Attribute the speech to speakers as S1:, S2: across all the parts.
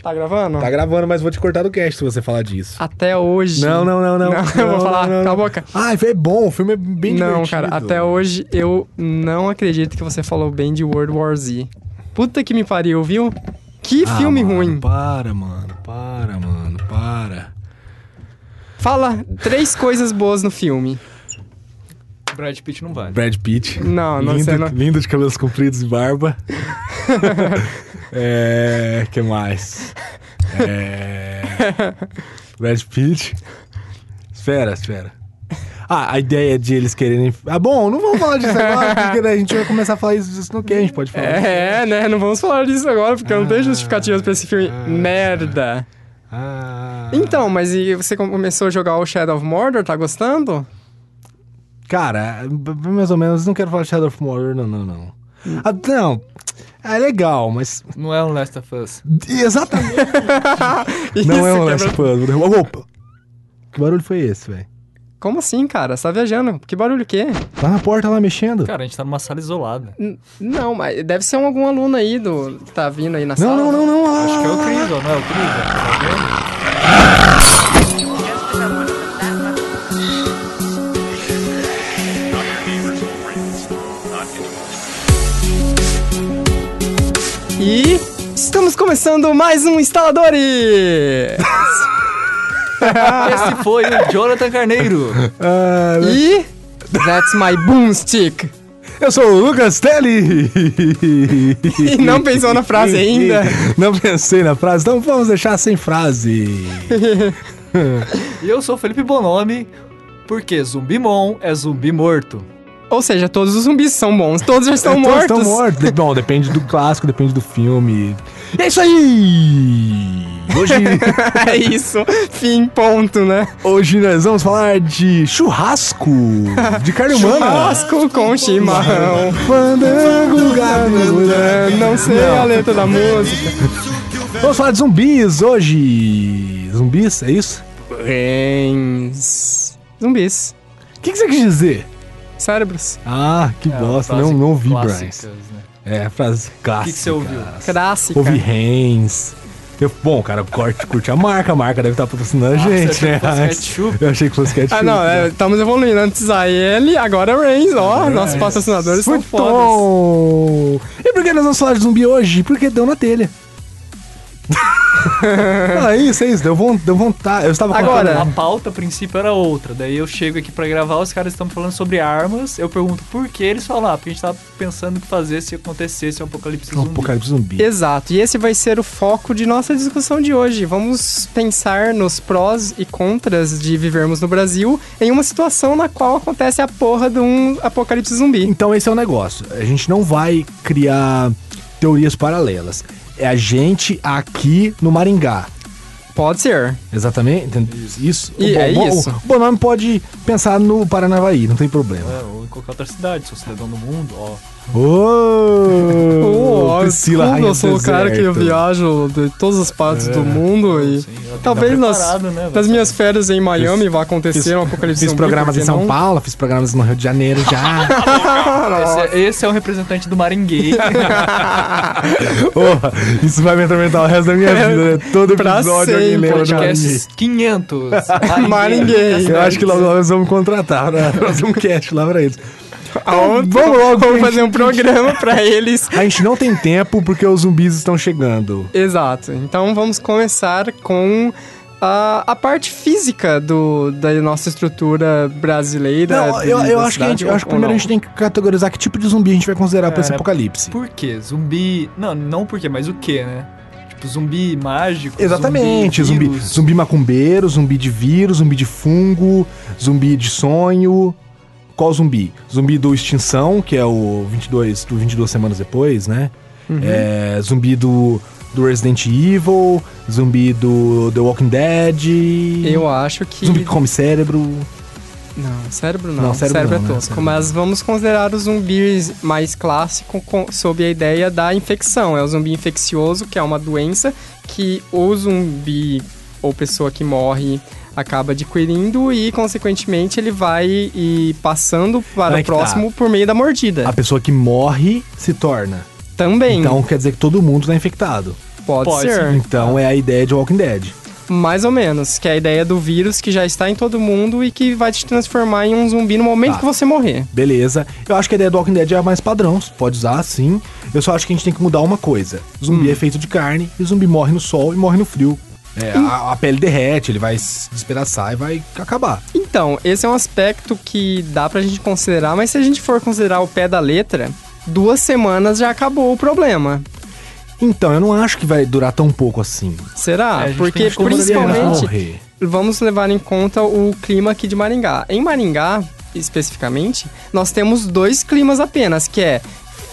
S1: Tá gravando?
S2: Tá gravando, mas vou te cortar do cast se você falar disso.
S1: Até hoje.
S2: Não, não, não, não.
S1: Ah, Não, eu vou falar.
S2: não, não.
S1: Cala a boca.
S2: Ah, é bom, o filme é bem divertido.
S1: não, cara, até hoje eu não acredito que você falou bem de World War Z. Puta que me pariu, viu? Que
S2: Ah,
S1: filme
S2: mano,
S1: ruim.
S2: Para, mano, para, mano, para.
S1: Fala três coisas boas no filme.
S3: Brad Pitt não vale.
S2: Brad Pitt.
S1: Não, não
S2: lindo,
S1: sei. Não...
S2: lindo de cabelos compridos e barba. é. que mais? É. Brad Pitt. Espera, espera. Ah, a ideia de eles quererem. Ah, bom, não vamos falar disso agora, porque daí a gente vai começar a falar isso, isso no que a gente pode falar.
S1: É, né? Não vamos falar disso agora, porque eu não tenho
S2: Ah,
S1: justificativas pra esse filme.
S2: ah.
S1: Merda.
S2: Ah.
S1: tá. Então, mas e você com- começou a jogar o Shadow of Mordor? Tá gostando?
S2: Cara, b- b- mais ou menos, não quero falar de Shadow of Mordor, não, não, não. Ah, não. É legal, mas.
S3: Não é um Last of Us.
S2: Exatamente.
S1: Isso
S2: não é um
S1: quebra-
S2: Last of Us. Opa! Que barulho foi esse, velho?
S1: Como assim, cara? Você tá viajando? Que barulho que é?
S2: Tá na porta lá mexendo.
S3: Cara, a gente tá numa sala isolada.
S1: N- Não, mas deve ser um- algum aluno aí do que tá vindo aí na
S2: não,
S1: sala.
S2: não, não, não. Ah,
S3: Acho que é o Crisol, não é o Crisol?
S1: E estamos começando mais um Instaladores!
S3: Esse foi o Jonathan Carneiro.
S2: Ah,
S1: e that's my boomstick.
S2: eu sou o Lucas Telly.
S1: E não pensou na frase ainda.
S2: Não pensei na frase, então vamos deixar sem frase.
S3: E eu sou o Felipe Bonomi, porque zumbi bom é zumbi morto.
S1: Ou seja, todos os zumbis são bons, todos já estão
S2: Todos
S1: mortos.
S2: Estão Então, mortos. Bom, depende do clássico, depende do filme. E é isso aí! Hoje,
S1: é isso. Fim, ponto, né?
S2: hoje nós vamos falar de churrasco de carne humana.
S1: Churrasco com chimarrão.
S2: Fandango, garuda.
S1: Não sei a letra da música.
S2: Vamos falar de zumbis hoje. Zumbis, é isso?
S1: Brains. Zumbis.
S2: O que, que você quis dizer?
S1: Cérebros.
S2: Ah, que bosta. Não, não ouvi, Brian.
S3: Clássicas, né?
S2: É, frase
S3: O
S2: clássica.
S3: É, que, que você ouviu?
S1: Clássica.
S2: Ouvi Hens. Eu- bom, cara, curte, curte a marca. A marca deve estar patrocinando a gente,
S3: achei
S2: né?
S3: que fosse
S2: Heinz?
S3: ketchup.
S2: Eu achei que fosse ketchup.
S1: Ah, não, é, estamos evoluindo. Antes a ele, agora é Reigns,
S2: É,
S1: ó. Nossos patrocinadores são
S2: Muito
S1: fodas.
S2: bom. E por que nós vamos falar de zumbi hoje? Porque deu na telha. ah, isso, é isso. Deu, von- deu vontade. Eu estava
S1: Agora,
S2: contando-
S3: A pauta, a princípio, era outra. Daí eu chego aqui pra gravar, os caras estão falando sobre armas. Eu pergunto por que eles falam, ah, porque a gente tava pensando o que fazer se acontecesse um apocalipse
S2: Um
S3: zumbi.
S2: apocalipse zumbi.
S1: Exato, e esse vai ser o foco de nossa discussão de hoje. Vamos pensar nos prós e contras de vivermos no Brasil em uma situação na qual acontece a porra de um apocalipse zumbi.
S2: Então esse é o negócio. A gente não vai criar teorias paralelas. É a gente aqui no Maringá.
S1: Pode ser.
S2: Exatamente. entende? Isso.
S1: E
S2: o,
S1: é
S2: bom,
S1: isso.
S2: O, o Bonome pode pensar no Paranavaí, não tem problema.
S3: É, ou em qualquer outra cidade, sou cidadão do mundo, ó.
S2: Ô,
S1: Ô,
S2: Priscila,
S1: desculpa,
S2: rainha
S1: eu
S2: do
S1: sou o cara que eu
S2: deserto. É.
S1: viajo de todas as partes do mundo e
S3: Sim, eu tô
S1: talvez nas,
S3: preparado, né,
S1: nas
S3: você?
S1: minhas férias em Miami vá
S2: Fiz,
S1: acontecer um apocalipse
S2: fiz
S1: zumbi.
S2: programas em
S1: por que
S2: São
S1: não?
S2: Paulo, fiz programas no Rio de Janeiro já.
S3: Esse, é- esse é um representante do Maringuei.
S2: Porra, isso vai me atormentar o resto da minha vida, né? Todo
S1: É, Pra
S2: episódio alguém
S1: sempre,
S2: lembra do Maringuei.
S3: Podcast 500.
S1: Maringuei.
S2: Eu acho que logo, logo eles vão me contratar, né? Fazer um cast lá pra eles.
S1: Aonde?
S2: Vamos logo,
S1: Vamos
S2: gente.
S1: fazer um programa pra eles.
S2: A gente não tem tempo porque os zumbis estão chegando.
S1: Exato. Então vamos começar com a, a parte física do, da nossa estrutura brasileira.
S2: Não, eu, eu acho que, a gente, eu acho que primeiro a gente tem que categorizar que tipo de zumbi a gente vai considerar pra esse
S3: Cara,
S2: apocalipse.
S3: Por quê? Zumbi. Não, não por quê, mas o quê, né? Tipo, zumbi mágico.
S2: Exatamente, zumbi, zumbi,
S3: vírus.
S2: macumbeiro, zumbi de vírus, zumbi de fungo, zumbi de sonho. Qual zumbi? Zumbi do Extinção, que é o 22, do 22 semanas depois, né?
S1: Uhum.
S2: É, zumbi do, do Resident Evil, zumbi do The Walking Dead.
S1: Eu acho que.
S2: Zumbi que come cérebro.
S1: Não, cérebro não.
S2: Não, cérebro
S1: cérebro,
S2: não,
S1: é
S2: né?
S1: tosco.
S2: Cérebro
S1: Mas vamos considerar o zumbi mais clássico com- sob a ideia da infecção. É o zumbi infeccioso, que é uma doença que o zumbi ou pessoa que morre acaba adquirindo e, consequentemente, ele vai e passando para
S2: Aí
S1: o
S2: que Ah, tá.
S1: próximo por meio da mordida.
S2: A pessoa que morre se torna.
S1: Também.
S2: Então quer dizer que todo mundo tá infectado.
S1: Pode,
S3: Pode
S1: ser.
S3: sim.
S2: Então é a ideia de Walking Dead.
S1: Mais ou menos. Que é a ideia do vírus que já está em todo mundo e que vai te transformar em um zumbi no momento
S2: Tá.
S1: que você morrer.
S2: Beleza. Eu acho que a ideia do Walking Dead é a mais padrão. Você pode usar, sim. Eu só acho que a gente tem que mudar uma coisa. Zumbi é feito de carne e zumbi morre no sol e morre no frio. É, a, a pele derrete, ele vai se despedaçar e vai acabar.
S1: Então, esse é um aspecto que dá pra gente considerar, mas se a gente for considerar o pé da letra, duas semanas já acabou o problema.
S2: Então, eu não acho que vai durar tão pouco assim.
S1: Será?
S3: É, a gente
S1: Porque
S3: tem que comemorar.
S1: principalmente
S2: Morrer.
S1: vamos levar em conta o clima aqui de Maringá. Em Maringá, especificamente, nós temos dois climas apenas, que é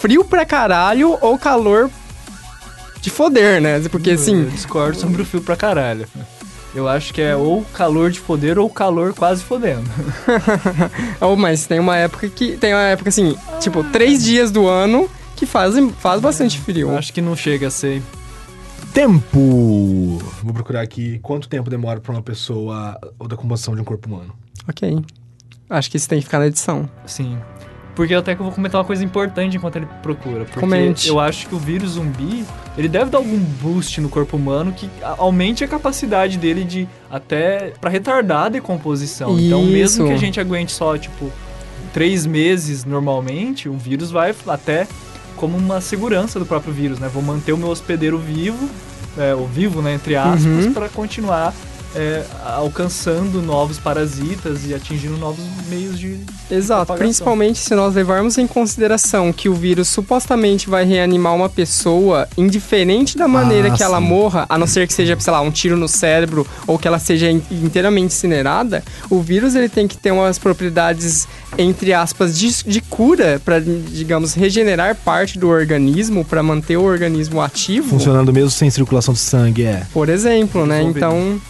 S1: frio pra caralho ou calor de foder, né? Porque assim,
S3: Eu discordo sobre o fio pra caralho. Eu acho que é ou calor de foder ou calor quase fodendo.
S1: Oh, mas tem uma época que. Tem uma época assim, tipo, três dias do ano que fazem, faz bastante frio.
S3: Ah. Eu acho que não chega a ser.
S2: Tempo! Vou procurar aqui quanto tempo demora pra uma pessoa ou da composição de um corpo humano.
S1: Ok. Acho que isso tem que ficar na edição.
S3: Sim. Porque até que eu vou comentar uma coisa importante enquanto ele procura. Porque
S1: Comente.
S3: eu acho que o vírus zumbi, ele deve dar algum boost no corpo humano que a- aumente a capacidade dele de até pra retardar a decomposição. Então,
S1: Isso.
S3: mesmo que a gente aguente só, tipo, três meses normalmente, o vírus vai até como uma segurança do próprio vírus, né? Vou manter o meu hospedeiro vivo, é, o vivo, né, entre aspas,
S1: Uhum.
S3: pra continuar é, alcançando novos parasitas e atingindo novos meios de
S1: Exato.
S3: Propagação.
S1: Principalmente se nós levarmos em consideração que o vírus supostamente vai reanimar uma pessoa, indiferente da maneira
S2: Ah,
S1: que ela
S2: sim.
S1: morra, a não ser que seja, sei lá, um tiro no cérebro ou que ela seja in- inteiramente incinerada, o vírus ele tem que ter umas propriedades, entre aspas, de, de cura para, digamos, regenerar parte do organismo, para manter o organismo ativo.
S2: Funcionando mesmo sem circulação de sangue, é.
S1: Por exemplo, né?
S3: Resolvido.
S1: Então.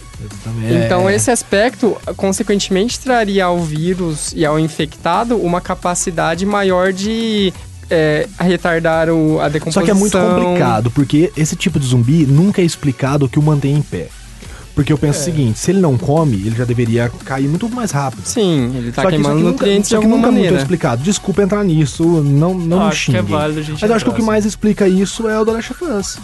S1: Então, esse aspecto, consequentemente, traria ao vírus e ao infectado uma capacidade maior de é, retardar o, a decomposição.
S2: Só que é muito complicado, porque esse tipo de zumbi nunca é explicado o que o mantém em pé. Porque eu penso
S3: É.
S2: o seguinte, se ele não come, ele já deveria cair muito mais rápido.
S1: Sim, ele tá
S2: Só que isso
S1: queimando
S2: aqui nunca,
S1: nutrientes
S2: isso aqui
S1: de alguma
S2: nunca é muito
S1: maneira.
S2: explicado. Desculpa entrar nisso, não, não me
S3: acho que é
S2: xinguem.
S3: válido a gente
S2: Mas eu acho que o
S3: entrar,
S2: que
S3: assim.
S2: mais explica isso é o da Last of Us.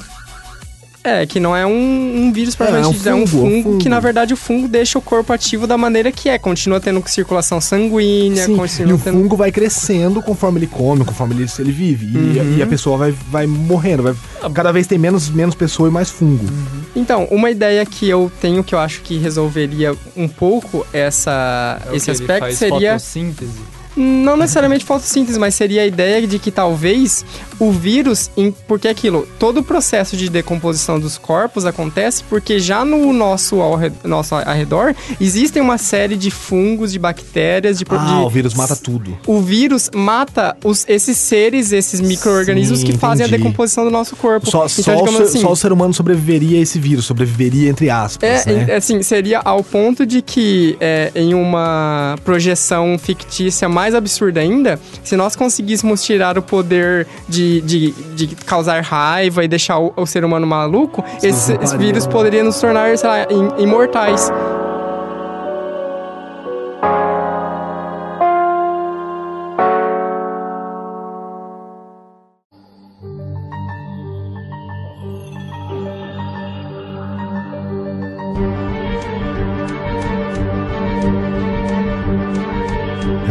S1: É, que não é um, um vírus propriamente dito, é um fungo,
S2: fungo, é um
S1: que,
S2: fungo.
S1: na verdade, o fungo deixa o corpo ativo da maneira que é. Continua tendo circulação sanguínea,
S2: Sim, e
S1: é continua
S2: o
S1: tendo...
S2: fungo vai crescendo conforme ele come, conforme ele, ele vive. E,
S1: Uhum.
S2: e a pessoa vai, vai morrendo. vai-
S3: Ah,
S2: cada vez tem menos, menos pessoa e mais fungo.
S3: uhum.
S1: Então, uma ideia que eu tenho que eu acho que resolveria um pouco essa,
S3: É o
S1: esse
S3: que ele
S1: aspecto
S3: faz
S1: seria...
S3: fotossíntese.
S1: Não necessariamente fotossíntese, mas seria a ideia de que talvez o vírus, em- porque é aquilo, todo o processo de decomposição dos corpos acontece porque já no nosso, alre- nosso arredor existem uma série de fungos, de bactérias, de, pro-
S2: Ah,
S1: de-
S2: o vírus mata tudo.
S1: O vírus mata os- esses seres, esses micro-organismos
S2: Sim,
S1: que fazem a
S2: entendi.
S1: decomposição do nosso corpo.
S2: Só, só o
S1: Então, digamos assim.
S2: ser, só o ser humano sobreviveria a esse vírus, sobreviveria entre aspas,
S1: É,
S2: né?
S1: e- assim, seria ao ponto de que, é, em uma projeção fictícia mais absurda ainda, se nós conseguíssemos tirar o poder de, de, de causar raiva e deixar o, o ser humano maluco, esse, esse
S2: né?
S1: vírus poderia nos tornar, sei lá, im- imortais.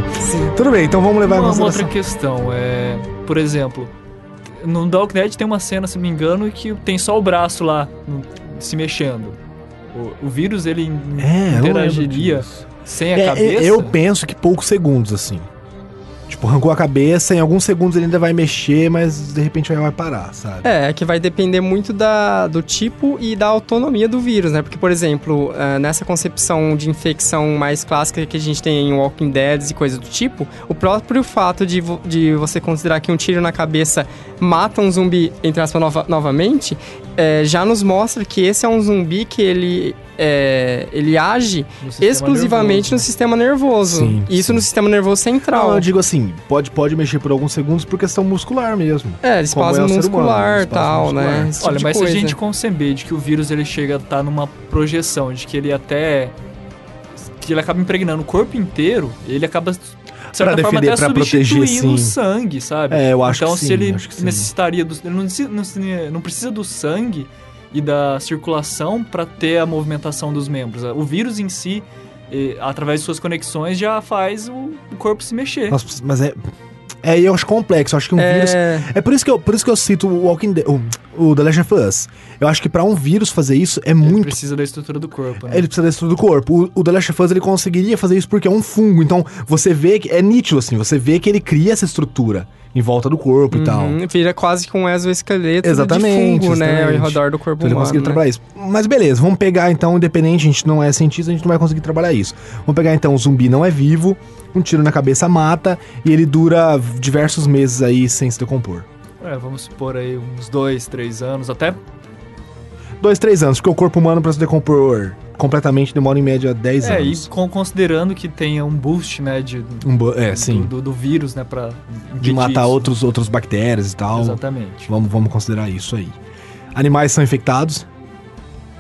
S1: é,
S2: Tudo bem, então vamos levar em
S3: Uma, uma outra
S2: consideração.
S3: questão é, por exemplo, no Dark Dead tem uma cena, se não me engano, que tem só o braço lá no- se mexendo. O, o vírus ele
S2: É, eu não
S3: interagiria
S2: lembro disso.
S3: sem a
S2: É,
S3: cabeça.
S2: eu penso que poucos segundos, assim. Tipo, arrancou a cabeça, em alguns segundos ele ainda vai mexer, mas de repente vai, vai parar, sabe?
S1: É, que vai depender muito da, do tipo e da autonomia do vírus, né? Porque, por exemplo, ah, nessa concepção de infecção mais clássica que a gente tem em Walking Dead e coisa do tipo, o próprio fato de, vo- de você considerar que um tiro na cabeça mata um zumbi, entre aspas, nova- novamente, eh, já nos mostra que esse é um zumbi que ele, eh, ele age
S3: no sistema
S1: exclusivamente no
S3: nervoso.
S1: sistema nervoso.
S2: né? Sim,
S1: Isso
S2: sim.
S1: no sistema nervoso central.
S2: Não, eu digo assim, pode, pode mexer por alguns segundos por questão muscular mesmo.
S1: É,
S2: como é o
S1: espasmo
S2: ser humano,
S1: muscular e
S2: espasmo
S1: tal,
S2: muscular.
S1: né? Esse tipo
S3: Olha,
S1: de
S3: mas se
S1: coisa.
S3: a gente conceber de que o vírus ele chega a estar numa projeção de que ele até que ele acaba impregnando o corpo inteiro, ele acaba de certa
S2: Pra
S3: forma
S2: defender,
S3: até
S2: pra proteger,
S3: substituindo o
S2: sim.
S3: sangue, sabe?
S2: É, eu acho
S3: então,
S2: que sim.
S3: se ele
S2: acho que sim.
S3: necessitaria do. Ele não, necessita- não, se- não precisa do sangue e da circulação para ter a movimentação dos membros. O vírus em si, eh, através de suas conexões, já faz o o corpo se mexer.
S2: Nossa, mas é. É, eu acho complexo. Eu acho que um vírus.
S1: É,
S2: É por isso que eu, por isso que eu cito o Walking Dead, o, o The Last of Us. Eu acho que pra um vírus fazer isso é
S3: Ele
S2: muito.
S3: precisa da estrutura do corpo, né?
S2: Ele precisa da estrutura do corpo. O, o The Last of Us ele conseguiria fazer isso porque é um fungo. Então você vê que é nítido assim, você vê que ele cria essa estrutura em volta do corpo e tal.
S1: uhum, vira quase que um exoesqueleto
S2: Exatamente,
S1: de fungo, né? Ao
S2: exatamente.
S1: redor do corpo
S2: Então ele
S1: humano.
S2: conseguiu
S1: né?
S2: trabalhar isso. Mas beleza, vamos pegar então, independente, a gente não é cientista, a gente não vai conseguir trabalhar isso. Vamos pegar então, o zumbi não é vivo, um tiro na cabeça mata, e ele dura diversos meses aí sem se decompor.
S3: É, vamos supor aí uns dois, três anos, até
S2: Dois, três anos, porque o corpo humano pra se decompor completamente demora em média 10
S3: É, e
S2: anos.
S3: con- considerando que tenha um boost, né, de,
S2: Um bo- é, sim.
S3: do, do vírus, né, pra
S2: De
S3: impedir
S2: matar
S3: isso.
S2: outros, outros bactérias e tal.
S3: Exatamente.
S2: Vamos, vamos considerar isso aí. Animais são infectados,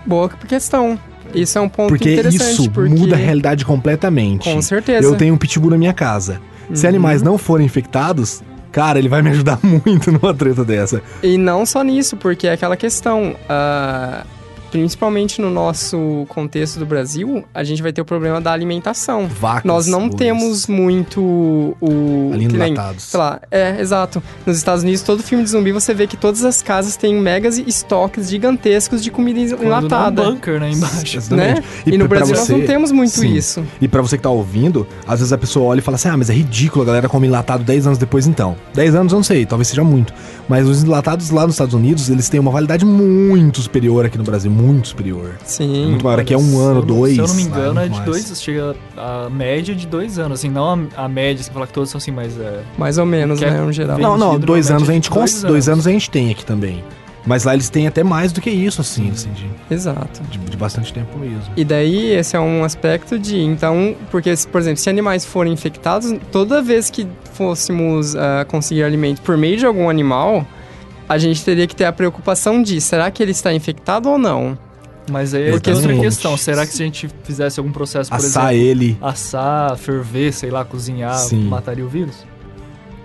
S1: Boa questão. Isso é um ponto
S2: porque
S1: interessante,
S2: isso
S1: porque...
S2: muda a realidade completamente.
S1: Com certeza.
S2: Eu tenho um pitbull na minha casa. Se
S1: Uhum.
S2: animais não forem infectados, cara, ele vai me ajudar muito numa treta dessa.
S1: E não só nisso, porque é aquela questão. ah, principalmente no nosso contexto do Brasil, a gente vai ter o problema da alimentação.
S2: Vacas.
S1: Nós não
S2: bois,
S1: temos muito o.
S2: ali
S1: que nem-
S2: enlatados.
S1: Sei lá, é, exato. Nos Estados Unidos, todo filme de zumbi, você vê que todas as casas têm megas estoques gigantescos de comida
S3: Quando dá um
S1: enlatada.
S3: bunker, né, embaixo.
S2: Exatamente.
S1: E, no
S2: pra
S1: Brasil nós
S2: você-
S1: não temos muito
S2: sim.
S1: isso.
S2: E pra você que tá ouvindo, às vezes a pessoa olha e fala assim: ah, mas é ridículo, a galera come enlatado 10 anos depois, então. 10 anos eu não sei, talvez seja muito. Mas os enlatados lá nos Estados Unidos, eles têm uma validade muito superior aqui no Brasil, muito superior.
S1: Sim.
S2: Muito maior, aqui é um
S3: Se
S2: ano,
S3: eu não-
S2: dois.
S3: Se eu não me
S2: ah,
S3: engano, é
S2: muito
S3: de
S2: mais.
S3: dois, chega a média de dois anos, assim, não a, a média, você falar que todos são assim, mas é...
S1: Mais ou menos,
S3: Quer-
S1: né? No geral.
S2: Não, não,
S3: vendido
S2: dois
S3: numa
S2: anos a
S3: média
S2: gente
S3: de dois
S2: cons- dois
S3: anos.
S2: anos a gente tem aqui também. Mas lá eles têm até mais do que isso, assim, assim de,
S1: Exato.
S2: de- de bastante tempo mesmo.
S1: E daí, esse é um aspecto de. Então, porque, se, por exemplo, se animais forem infectados, toda vez que fôssemos ah, conseguir alimento por meio de algum animal, a gente teria que ter a preocupação de será que ele está infectado ou não?
S3: Mas aí é
S2: Porque
S3: outra
S2: assim-
S3: questão, será que se a gente fizesse algum processo, por
S2: Assar
S3: exemplo,
S2: ele.
S3: assar, ferver, sei lá, cozinhar,
S2: Sim.
S3: mataria o vírus?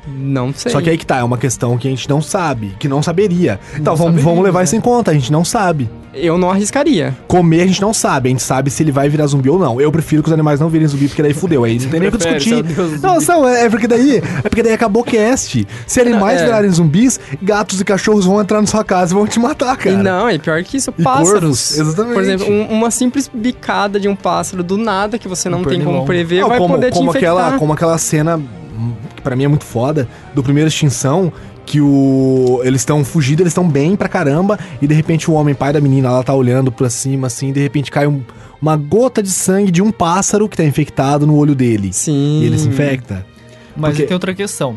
S1: Não sei.
S2: Só que aí que tá, é uma questão que a gente não sabe, que não saberia. Então
S3: Não
S2: vamos, vamos
S3: saberíamos,
S2: levar
S3: né?
S2: isso em conta, a gente não sabe.
S1: Eu não arriscaria.
S2: Comer a gente não sabe, a gente sabe se ele vai virar zumbi ou não. Eu prefiro que os animais não virem zumbi, porque daí fudeu, aí não tem nem o que
S3: Prefere,
S2: discutir.
S3: seu Deus,
S2: Não, não, é porque daí, é porque daí acabou o cast. Se animais
S1: é.
S2: virarem zumbis, gatos e cachorros vão entrar na sua casa e vão te matar, cara.
S1: E não, e pior que isso,
S2: E
S1: pássaros.
S2: corvos, exatamente.
S1: Por exemplo, um- uma simples bicada de um pássaro do nada que você não
S3: Um
S1: tem como
S3: pernilongo.
S1: prever
S2: Não,
S1: vai
S2: É, como,
S1: poder te
S2: como
S1: infectar.
S2: aquela, como aquela cena hum, que pra mim é muito foda do primeiro extinção que o eles estão fugindo, eles estão bem pra caramba e de repente o homem pai da menina ela tá olhando pra cima assim, e de repente cai um- uma gota de sangue de um pássaro que tá infectado no olho dele.
S1: Sim.
S2: E ele se infecta.
S3: Mas
S2: Porque-
S3: tem outra questão.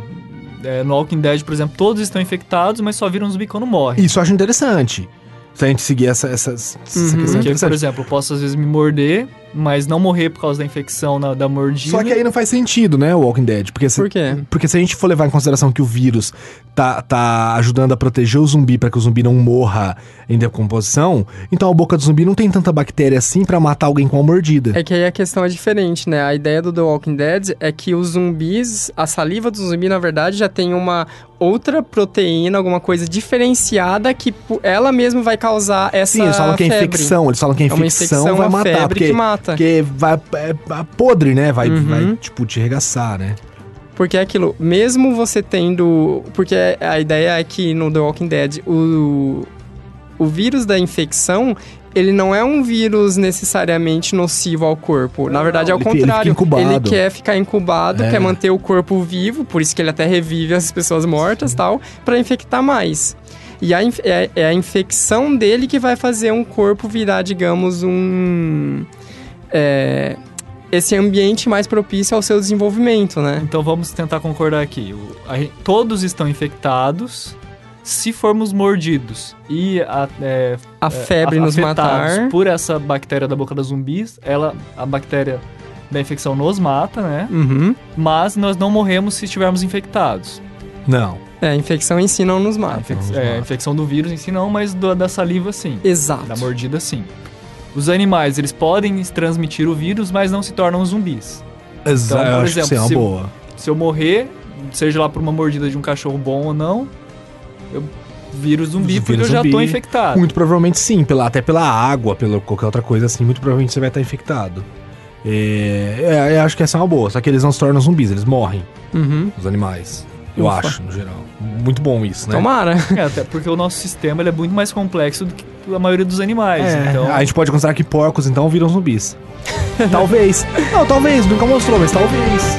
S3: É, no Walking Dead, por exemplo, todos estão infectados, mas só viram zumbi quando morre.
S2: Isso eu acho interessante. Se a gente seguir essa, essa, essa
S1: Uhum.
S2: questão é
S3: Porque, por
S2: interessante.
S3: exemplo, eu posso às vezes me morder, mas não morrer por causa da infecção na- da mordida.
S2: Só que aí não faz sentido, né, o Walking Dead? Porque se,
S1: Por quê?
S2: Porque se a gente for levar em consideração que o vírus tá, tá ajudando a proteger o zumbi para que o zumbi não morra em decomposição, então a boca do zumbi não tem tanta bactéria assim pra matar alguém com uma mordida.
S1: É que aí a questão é diferente, né? A ideia do The Walking Dead é que os zumbis, a saliva do zumbi, na verdade, já tem uma outra proteína, alguma coisa diferenciada que po- ela mesma vai causar essa
S2: Sim, eles falam que é
S1: febre.
S2: infecção, eles falam que é
S1: É uma
S2: infecção,
S1: infecção,
S2: vai
S1: uma
S2: matar,
S1: febre
S2: porque,
S1: que mata.
S2: porque vai é, é podre, né? Vai,
S1: Uhum.
S2: vai, tipo, te regaçar, né?
S1: Porque é aquilo, mesmo você tendo. Porque a ideia é que no The Walking Dead o, o vírus da infecção. Ele não é um vírus necessariamente nocivo ao corpo. Na
S2: Não,
S1: verdade, é o
S2: ele fi- ele
S1: contrário.
S2: fica incubado.
S1: quer ficar incubado,
S2: É.
S1: quer manter o corpo vivo, por isso que ele até revive as pessoas mortas e tal, para infectar mais. E a inf- é, é a infecção dele que vai fazer um corpo virar, digamos, um. é, esse ambiente mais propício ao seu desenvolvimento, né?
S3: Então vamos tentar concordar aqui. O- a gen- todos estão infectados se formos mordidos e a, é,
S1: a febre
S3: a-
S1: nos
S3: afetados
S1: matar.
S3: por essa bactéria da boca dos zumbis, ela, a bactéria da infecção nos mata, né?
S1: Uhum.
S3: Mas nós não morremos se estivermos infectados.
S2: Não.
S1: É, a infecção em si não Ah, então nos mata.
S2: Vamos
S3: É,
S2: lá.
S3: infecção do vírus em si não, mas do- da saliva sim.
S1: Exato.
S3: Da mordida sim. Os animais, eles podem transmitir o vírus, mas não se tornam zumbis.
S1: Então,
S2: Exa-
S3: por
S2: eu acho
S3: exemplo,
S2: que isso é uma
S3: se-
S2: boa.
S3: Se eu morrer, seja lá por uma mordida de um cachorro bom ou não, eu vírus zumbi
S2: Vírus
S3: porque eu já tô
S2: zumbi.
S3: infectado.
S2: Muito provavelmente sim, pela, até pela água, pela qualquer outra coisa assim, muito provavelmente você vai estar infectado. É, é, eu acho que essa é uma boa, só que eles não se tornam zumbis, eles morrem,
S1: Uhum.
S3: Né?
S2: os animais. Eu
S1: Ufa.
S2: acho, no geral. Muito bom isso, né?
S1: Tomara.
S3: É, até porque o nosso sistema ele é muito mais complexo do que a maioria dos animais.
S2: É,
S3: então,
S2: A gente pode considerar que porcos então viram zumbis. talvez. Não, talvez, nunca mostrou, mas talvez.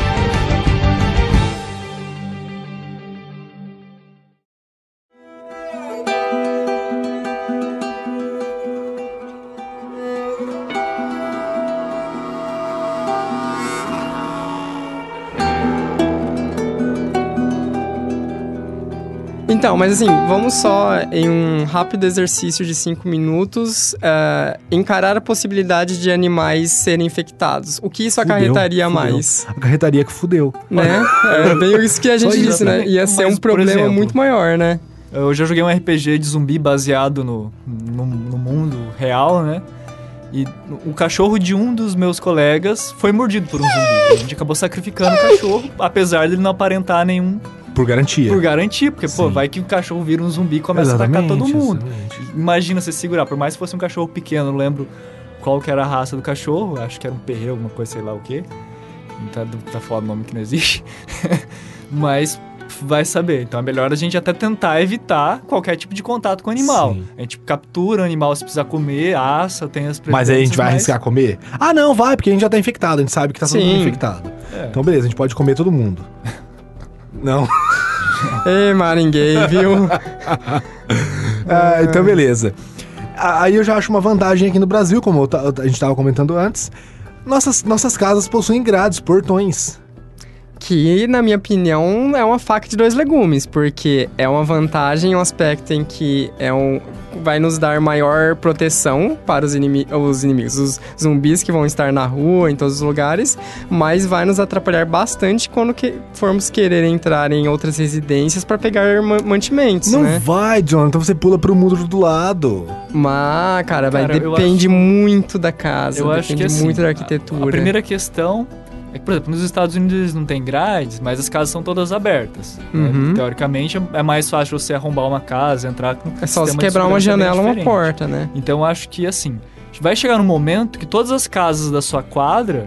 S1: Então, mas assim, vamos só em um rápido exercício de cinco minutos eh, encarar a possibilidade de animais serem infectados. O que isso acarretaria a
S2: fudeu.
S1: mais?
S2: Acarretaria que fudeu.
S1: Né? É bem isso que a gente
S2: Pois é.
S1: disse, né? Ia ser
S3: Mas,
S1: um
S3: por
S1: problema
S3: exemplo,
S1: muito maior, né?
S3: Eu já joguei um RPG de zumbi baseado no, no, no mundo real, né? E o cachorro de um dos meus colegas foi mordido por um zumbi. A gente acabou sacrificando o cachorro, apesar dele não aparentar nenhum
S2: Por garantia.
S3: por garantia, porque, pô,
S2: Sim.
S3: vai que o cachorro vira um zumbi e começa a atacar todo mundo.
S2: exatamente.
S3: Imagina você segurar, por mais que fosse um cachorro pequeno, eu não lembro qual que era a raça do cachorro, acho que era um perreiro, alguma coisa, sei lá o quê. Não tá, tá falando nome que não existe. Mas vai saber. Então é melhor a gente até tentar evitar qualquer tipo de contato com o animal.
S2: Sim.
S3: A gente captura o animal se precisar comer, assa, tem as
S2: Mas aí a gente vai
S3: preferências,
S2: arriscar comer? Ah, não, vai, porque a gente já tá infectado, a gente sabe que tá todo
S1: Sim.
S2: mundo infectado.
S3: mas- é.
S2: Então, beleza, a gente pode comer todo mundo. Não.
S1: Ei, Maringuei, viu?
S2: Ah, então, beleza. Ah, Aí eu já acho uma vantagem aqui no Brasil, como eu ta- a gente tava comentando antes. Nossas, nossas casas possuem grades, portões.
S1: Que, na minha opinião, é uma faca de dois legumes, porque é uma vantagem, um aspecto em que é um, vai nos dar maior proteção para os, inimi os inimigos, os zumbis que vão estar na rua, em todos os lugares, mas vai nos atrapalhar bastante quando que- formos querer entrar em outras residências para pegar ma- mantimentos,
S2: Não
S1: né?
S2: vai, John, então você pula pro muro do lado.
S1: Mas, cara, vai,
S3: Cara, eu
S1: depende muito da casa,
S3: Eu acho
S1: depende
S3: que assim,
S1: muito da
S3: a-
S1: arquitetura.
S3: A primeira questão é que, por exemplo, nos Estados Unidos eles não tem grades, mas as casas são todas abertas. né?
S1: Uhum.
S3: Teoricamente é mais fácil você arrombar uma casa, entrar com.
S1: É só
S3: um
S1: se
S3: sistema de
S1: quebrar uma
S3: segurança bem
S1: janela ou uma
S3: diferente.
S1: porta, né?
S3: Então eu acho que assim, vai chegar num momento que todas as casas da sua quadra,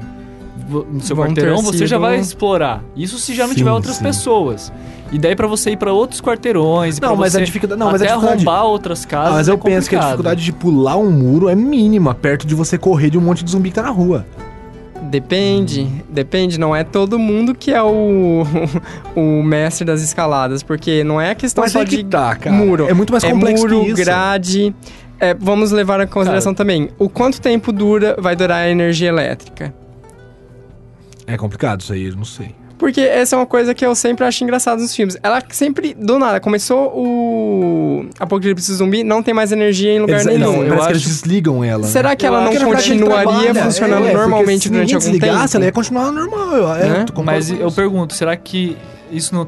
S3: vo- no seu
S1: Vão
S3: quarteirão,
S1: ter
S3: você
S1: sido-
S3: já vai explorar. Isso se já não
S2: Sim,
S3: tiver outras
S2: sim.
S3: pessoas. E daí pra você ir pra outros quarteirões, e
S2: Não,
S3: pra
S2: mas
S3: você
S2: a dificuldade. Não, mas a
S3: até
S2: dificuldade.
S3: arrombar outras
S2: Ah,
S3: casas.
S2: mas eu
S3: é
S2: penso que a
S3: complicado.
S2: dificuldade de pular um muro é mínima, perto de você correr de um monte de zumbi que tá na rua.
S1: Depende, depende. Não é todo mundo que é o, o mestre das escaladas, porque não é a questão
S2: Mas
S1: só
S2: é que
S1: de
S2: tá, cara.
S1: muro.
S2: É muito mais
S1: é
S2: complexo
S1: muro,
S2: que isso.
S1: grade. É, vamos levar em consideração também o quanto tempo dura vai durar a energia elétrica.
S2: É complicado isso aí, eu não sei.
S1: Porque essa é uma coisa que eu sempre acho engraçada nos filmes. Ela sempre, do nada, começou o Apocalipse Zumbi, não tem mais energia em lugar
S2: Eles, eles,
S1: nenhum.
S2: parece
S3: eu
S2: que
S3: acho-
S2: eles desligam ela. né?
S1: Será que
S3: Eu
S1: ela não
S3: acho que na verdade
S1: continuaria
S2: Trabalha,
S1: funcionando
S2: é, porque
S1: normalmente
S2: se
S1: durante
S2: ninguém
S1: algum
S2: desligasse,
S1: tempo?
S2: ela ia continuar normal. eu- É,
S1: Né?
S2: tu concorda
S3: Mas
S2: com
S3: eu
S2: isso.
S3: pergunto, será que isso não.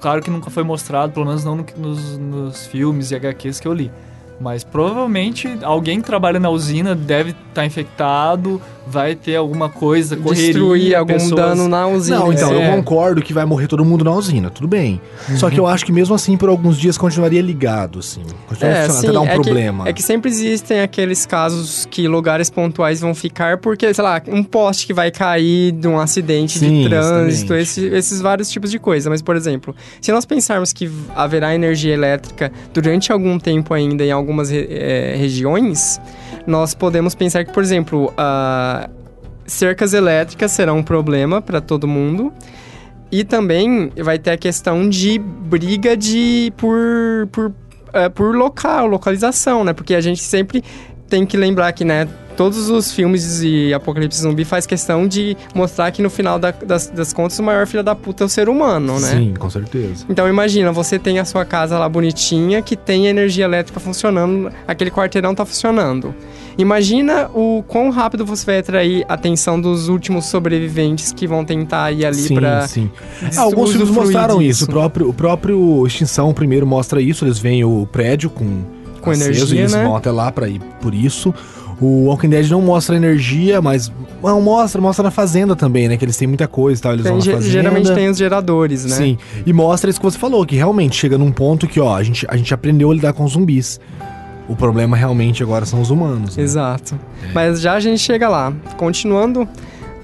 S3: Claro que nunca foi mostrado, pelo menos não no- nos, nos filmes e HQs que eu li. Mas provavelmente alguém que trabalha na usina deve estar infectado, vai ter alguma coisa, correria,
S1: Destruir algum
S3: pessoas-
S1: dano na usina.
S2: Não, então,
S1: é. Uhum.
S2: eu concordo que vai morrer todo mundo na usina, tudo bem. Só que eu acho que mesmo assim, por alguns dias, continuaria ligado, assim. Continuaria
S1: É,
S2: funcionando,
S1: sim,
S2: até dar um
S1: é
S2: problema.
S1: Que, é que sempre existem aqueles casos que lugares pontuais vão ficar porque, sei lá, um poste que vai cair de um acidente
S2: Sim,
S1: de trânsito,
S2: exatamente.
S1: esse- esses vários tipos de coisa. Mas, por exemplo, se nós pensarmos que haverá energia elétrica durante algum tempo ainda em algumas re- eh, regiões, nós podemos pensar que, por exemplo, a cercas elétricas serão um problema para todo mundo. E também vai ter a questão de briga de por, por, eh, por local, localização, né? Porque a gente sempre tem que lembrar que, né? Todos os filmes de Apocalipse Zumbi faz questão de mostrar que no final da- das, das contas o maior filho da puta é o ser humano, né?
S2: Sim, com certeza.
S1: Então imagina, você tem a sua casa lá bonitinha, que tem a energia elétrica funcionando, aquele quarteirão tá funcionando. Imagina o quão rápido você vai atrair a atenção dos últimos sobreviventes que vão tentar ir ali
S2: sim,
S1: pra.
S2: sim. Ah, alguns filmes
S1: usufruir
S2: mostraram
S1: disso.
S2: isso. O próprio, o próprio Extinção, o primeiro, mostra isso. Eles veem o prédio com,
S1: Com
S2: aceso
S1: energia,
S2: e eles
S1: né?
S2: vão até lá pra ir por isso. O Walking Dead não mostra energia, mas. Não, mostra, mostra na fazenda também, né? Que eles têm muita coisa e tal. Eles
S1: Tem
S2: vão na
S1: ge-
S2: fazenda.
S1: geralmente tem os geradores, né?
S2: Sim. E mostra isso que você falou, que realmente chega num ponto que, ó, a gente, a gente aprendeu a lidar com os zumbis. O problema realmente agora são os humanos. né?
S1: Exato. Mas já a gente chega lá. Continuando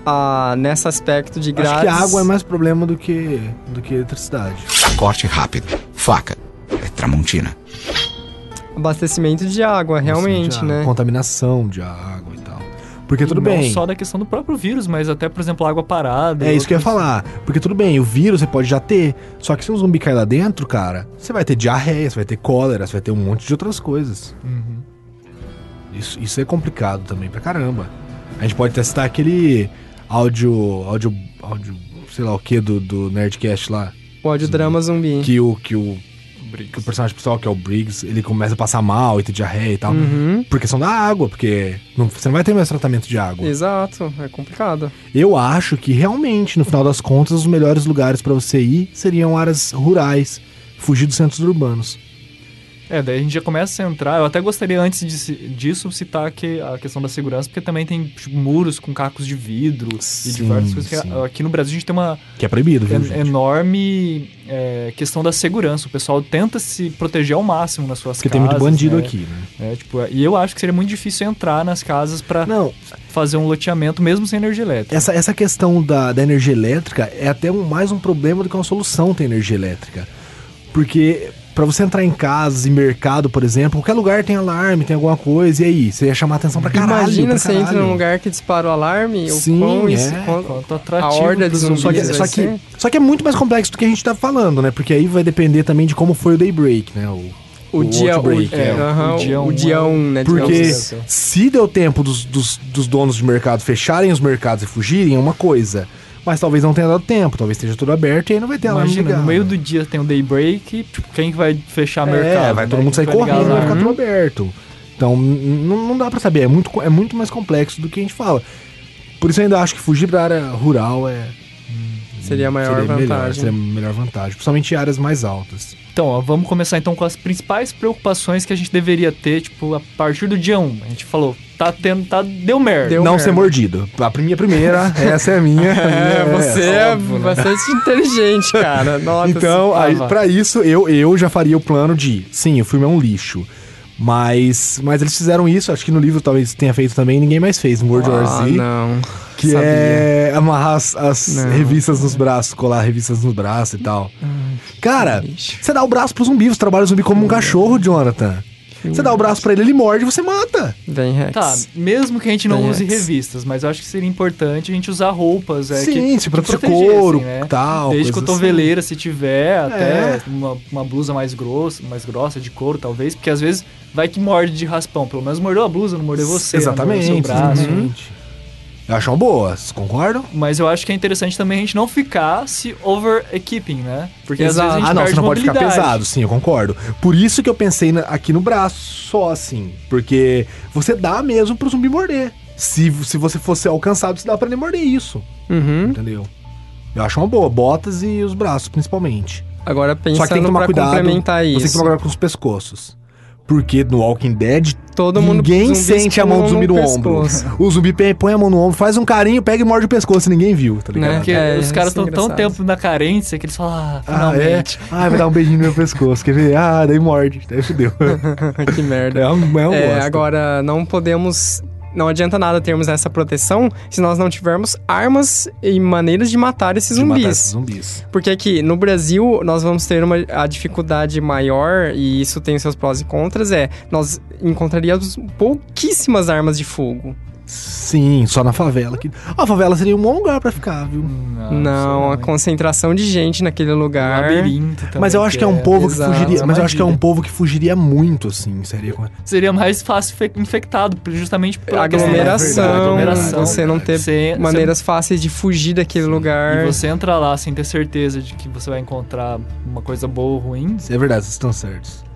S1: ah, nesse aspecto de
S2: Acho
S1: grades...
S2: que a água é mais problema do que, do que eletricidade.
S4: Corte rápido. Faca. É Tramontina.
S1: Abastecimento de água, realmente,
S2: Assim, de água,
S1: né?
S2: Contaminação de água e tal. Porque
S3: E
S2: tudo
S3: não
S2: bem.
S3: só da questão do próprio vírus, mas até, por exemplo, água parada.
S2: É
S3: e
S2: isso que eu ia
S3: outros-
S2: falar. Porque tudo bem, o vírus você pode já ter. Só que se um zumbi cair lá dentro, cara, você vai ter diarreia, você vai ter cólera, você vai ter um monte de outras coisas.
S3: Uhum.
S2: Isso, isso é complicado também pra caramba. A gente pode testar aquele áudio. áudio. áudio. sei lá o que do, do Nerdcast lá.
S1: Pode drama zumbi.
S2: Que o, que, o, que o
S3: Briggs.
S2: personagem principal, que é o Briggs, ele começa a passar mal e ter diarreia e tal.
S1: Uhum.
S2: Por questão da água, porque não- você não vai ter mais tratamento de água.
S1: Exato, é complicado.
S2: Eu acho que realmente, no final das contas, os melhores lugares pra você ir seriam áreas rurais, fugir dos centros urbanos.
S3: É, daí a gente já começa a entrar. Eu até gostaria, antes de ci- disso, citar que a questão da segurança, porque também tem tipo, muros com cacos de vidro e
S2: Sim,
S3: diversas coisas. que
S2: sim.
S3: a- aqui no Brasil a gente tem uma
S2: Que é proibido, viu,
S3: en-
S2: gente?
S3: enorme é, questão da segurança. O pessoal tenta se proteger ao máximo nas suas
S2: Porque tem
S3: casas.
S2: muito bandido
S3: né?
S2: aqui, né?
S3: É, tipo, e eu acho que seria muito difícil entrar nas casas pra
S2: Não,
S3: fazer um loteamento mesmo sem energia elétrica.
S2: essa, essa questão da, da energia elétrica é até um- mais um problema do que uma solução ter energia elétrica. Porque pra você entrar em casas, em mercado, por exemplo, qualquer lugar tem alarme, tem alguma coisa, e aí? Você ia chamar atenção pra caralho.
S1: Imagina
S2: pra
S1: você entra
S2: caralho.
S1: num lugar que dispara o alarme,
S2: Sim,
S1: o quão isso.
S2: é.
S1: quão-
S3: Quanto atrativo
S1: A horda de
S3: um pros né?
S1: zumbis
S2: Só que,
S1: Isso,
S2: só,
S1: vai
S2: que,
S1: ser.
S2: só que é muito mais complexo do que a gente tá falando, né? Porque aí vai depender também de como foi o Daybreak, né? O,
S1: O, dia 1.
S2: Outbreak,
S1: é,
S2: é.
S1: aham,
S3: O dia
S1: o
S3: um
S1: dia
S3: é-
S1: 1, né?
S2: Porque
S1: digamos.
S3: Deus.
S2: se deu tempo dos, dos, dos donos de mercado fecharem os mercados e fugirem, é uma coisa. Mas talvez não tenha dado tempo, talvez esteja tudo aberto e aí não vai ter alarme
S3: Imagina,
S2: ligado.
S3: no meio do dia tem um daybreak, tipo, quem que vai fechar
S2: É,
S3: mercado?
S2: vai
S3: né?
S2: todo mundo
S3: Quem
S2: sair
S3: que vai ligar Uhum.
S2: correndo, vai
S3: alarme?
S2: ficar tudo aberto. Então, n- n- não dá pra saber, é muito, co- é muito mais complexo do que a gente fala. Por isso eu ainda acho que fugir pra área rural é...
S1: Seria a maior
S2: seria
S1: vantagem.
S2: Melhor, seria a melhor vantagem, principalmente em áreas mais altas.
S3: Então, ó, vamos começar então com as principais preocupações que a gente deveria ter, tipo, a partir do dia 1. A gente falou, tá tendo, tá, deu merda.
S1: Deu
S2: não
S1: merda.
S2: ser mordido. A minha primeira, essa é a minha. a minha
S1: É,
S2: é
S1: você
S2: essa.
S1: é bastante inteligente, cara. Nota-se.
S2: Então, aí,
S1: Ah,
S2: pra isso, eu, eu já faria o plano de, sim, o filme é um lixo. Mas, mas eles fizeram isso, acho que no livro talvez tenha feito também, ninguém mais fez, no World War
S1: Ah,
S2: Z,
S1: não.
S2: que
S1: sabia.
S2: é amarrar as, as
S1: Não.
S2: revistas nos braços, colar revistas no braço e tal. Cara,
S1: lixo.
S2: você dá o braço pro zumbi, você trabalha o zumbi como um cachorro, Jonathan. Você dá o braço pra ele, ele morde e você mata.
S1: Vem, Rex.
S3: Tá, mesmo que a gente não
S1: Tem
S3: use
S1: antes.
S3: revistas, mas eu acho que seria importante a gente usar roupas, é,
S2: Sim,
S3: que,
S2: se
S3: que
S2: proteger
S3: protegessem,
S2: couro,
S3: né?
S2: tal,
S3: Desde
S2: coisa assim. É.
S3: cotoveleira, se tiver, até uma, uma blusa mais grossa, mais grossa, de couro, talvez, porque às vezes vai que morde de raspão. Pelo menos mordeu a blusa, não mordeu você, né?
S2: Exatamente. Uhum.
S3: mordeu seu braço.
S2: exatamente. Eu acho uma boa, vocês concordam?
S3: Mas eu acho que é interessante também a gente não ficar se over-equipping, né? Porque às vezes a gente
S2: Ah, não,
S3: perde
S2: você não pode ficar
S3: mobilidade.
S2: pesado, sim, eu concordo. Por isso que eu pensei na- aqui no braço, só assim. Porque você dá mesmo pro zumbi morder. Se, se você fosse alcançado, você dá pra ele morder isso.
S1: Uhum.
S2: Entendeu? Eu acho uma boa, botas e os braços, principalmente.
S1: Agora
S2: Só que tem que
S1: pensando
S2: tomar
S1: pra
S2: cuidado.
S1: complementar
S2: Você tem que
S1: isso.
S2: tomar cuidado com os pescoços. Porque no Walking Dead,
S1: Todo mundo
S2: ninguém
S1: zumbi
S2: sente a mão do
S1: pula
S2: zumbi no, ombro.
S1: pescoço.
S2: O zumbi pe- põe a mão no ombro, faz um carinho, pega e morde o pescoço e ninguém viu, tá
S1: Né?
S2: ligado?
S3: Porque
S1: É,
S3: os
S1: isso
S3: caras
S1: é
S3: estão tão
S1: engraçado.
S3: tempo na carência que eles falam, ah,
S2: Ah, é?
S3: finalmente.
S2: Ah, vai dar um beijinho no meu pescoço, quer ver? Ah, daí morde, daí fudeu.
S1: que merda.
S2: É um, é um
S1: É,
S2: bosta.
S1: agora, não podemos. Não adianta nada termos essa proteção se nós não tivermos armas e maneiras de matar esses
S2: De matar
S1: zumbis.
S2: esses zumbis.
S1: Porque aqui no Brasil nós vamos ter uma a dificuldade maior e isso tem seus prós e contras é nós encontraríamos pouquíssimas armas de fogo.
S2: Sim, só na favela. Que... A favela seria um bom lugar pra ficar, viu?
S3: Hum, Não, é
S2: é.
S1: não, a
S3: sei
S1: concentração de gente naquele lugar.
S3: Labirinto também,
S2: mas eu acho que um é um povo
S1: exato,
S2: que fugiria. Mas eu acho que é um
S3: armadilha.
S2: povo que fugiria muito, assim. Seria com-
S3: Seria mais fácil fe- infectado, justamente pela É, questão da
S1: aglomeração,
S3: aglomeração.
S1: você não ter
S3: Você-
S1: maneiras fáceis de fugir daquele
S3: você-
S1: lugar.
S3: E você entra lá sem ter certeza de que você vai encontrar uma coisa boa ou ruim.
S2: É verdade, vocês estão certos.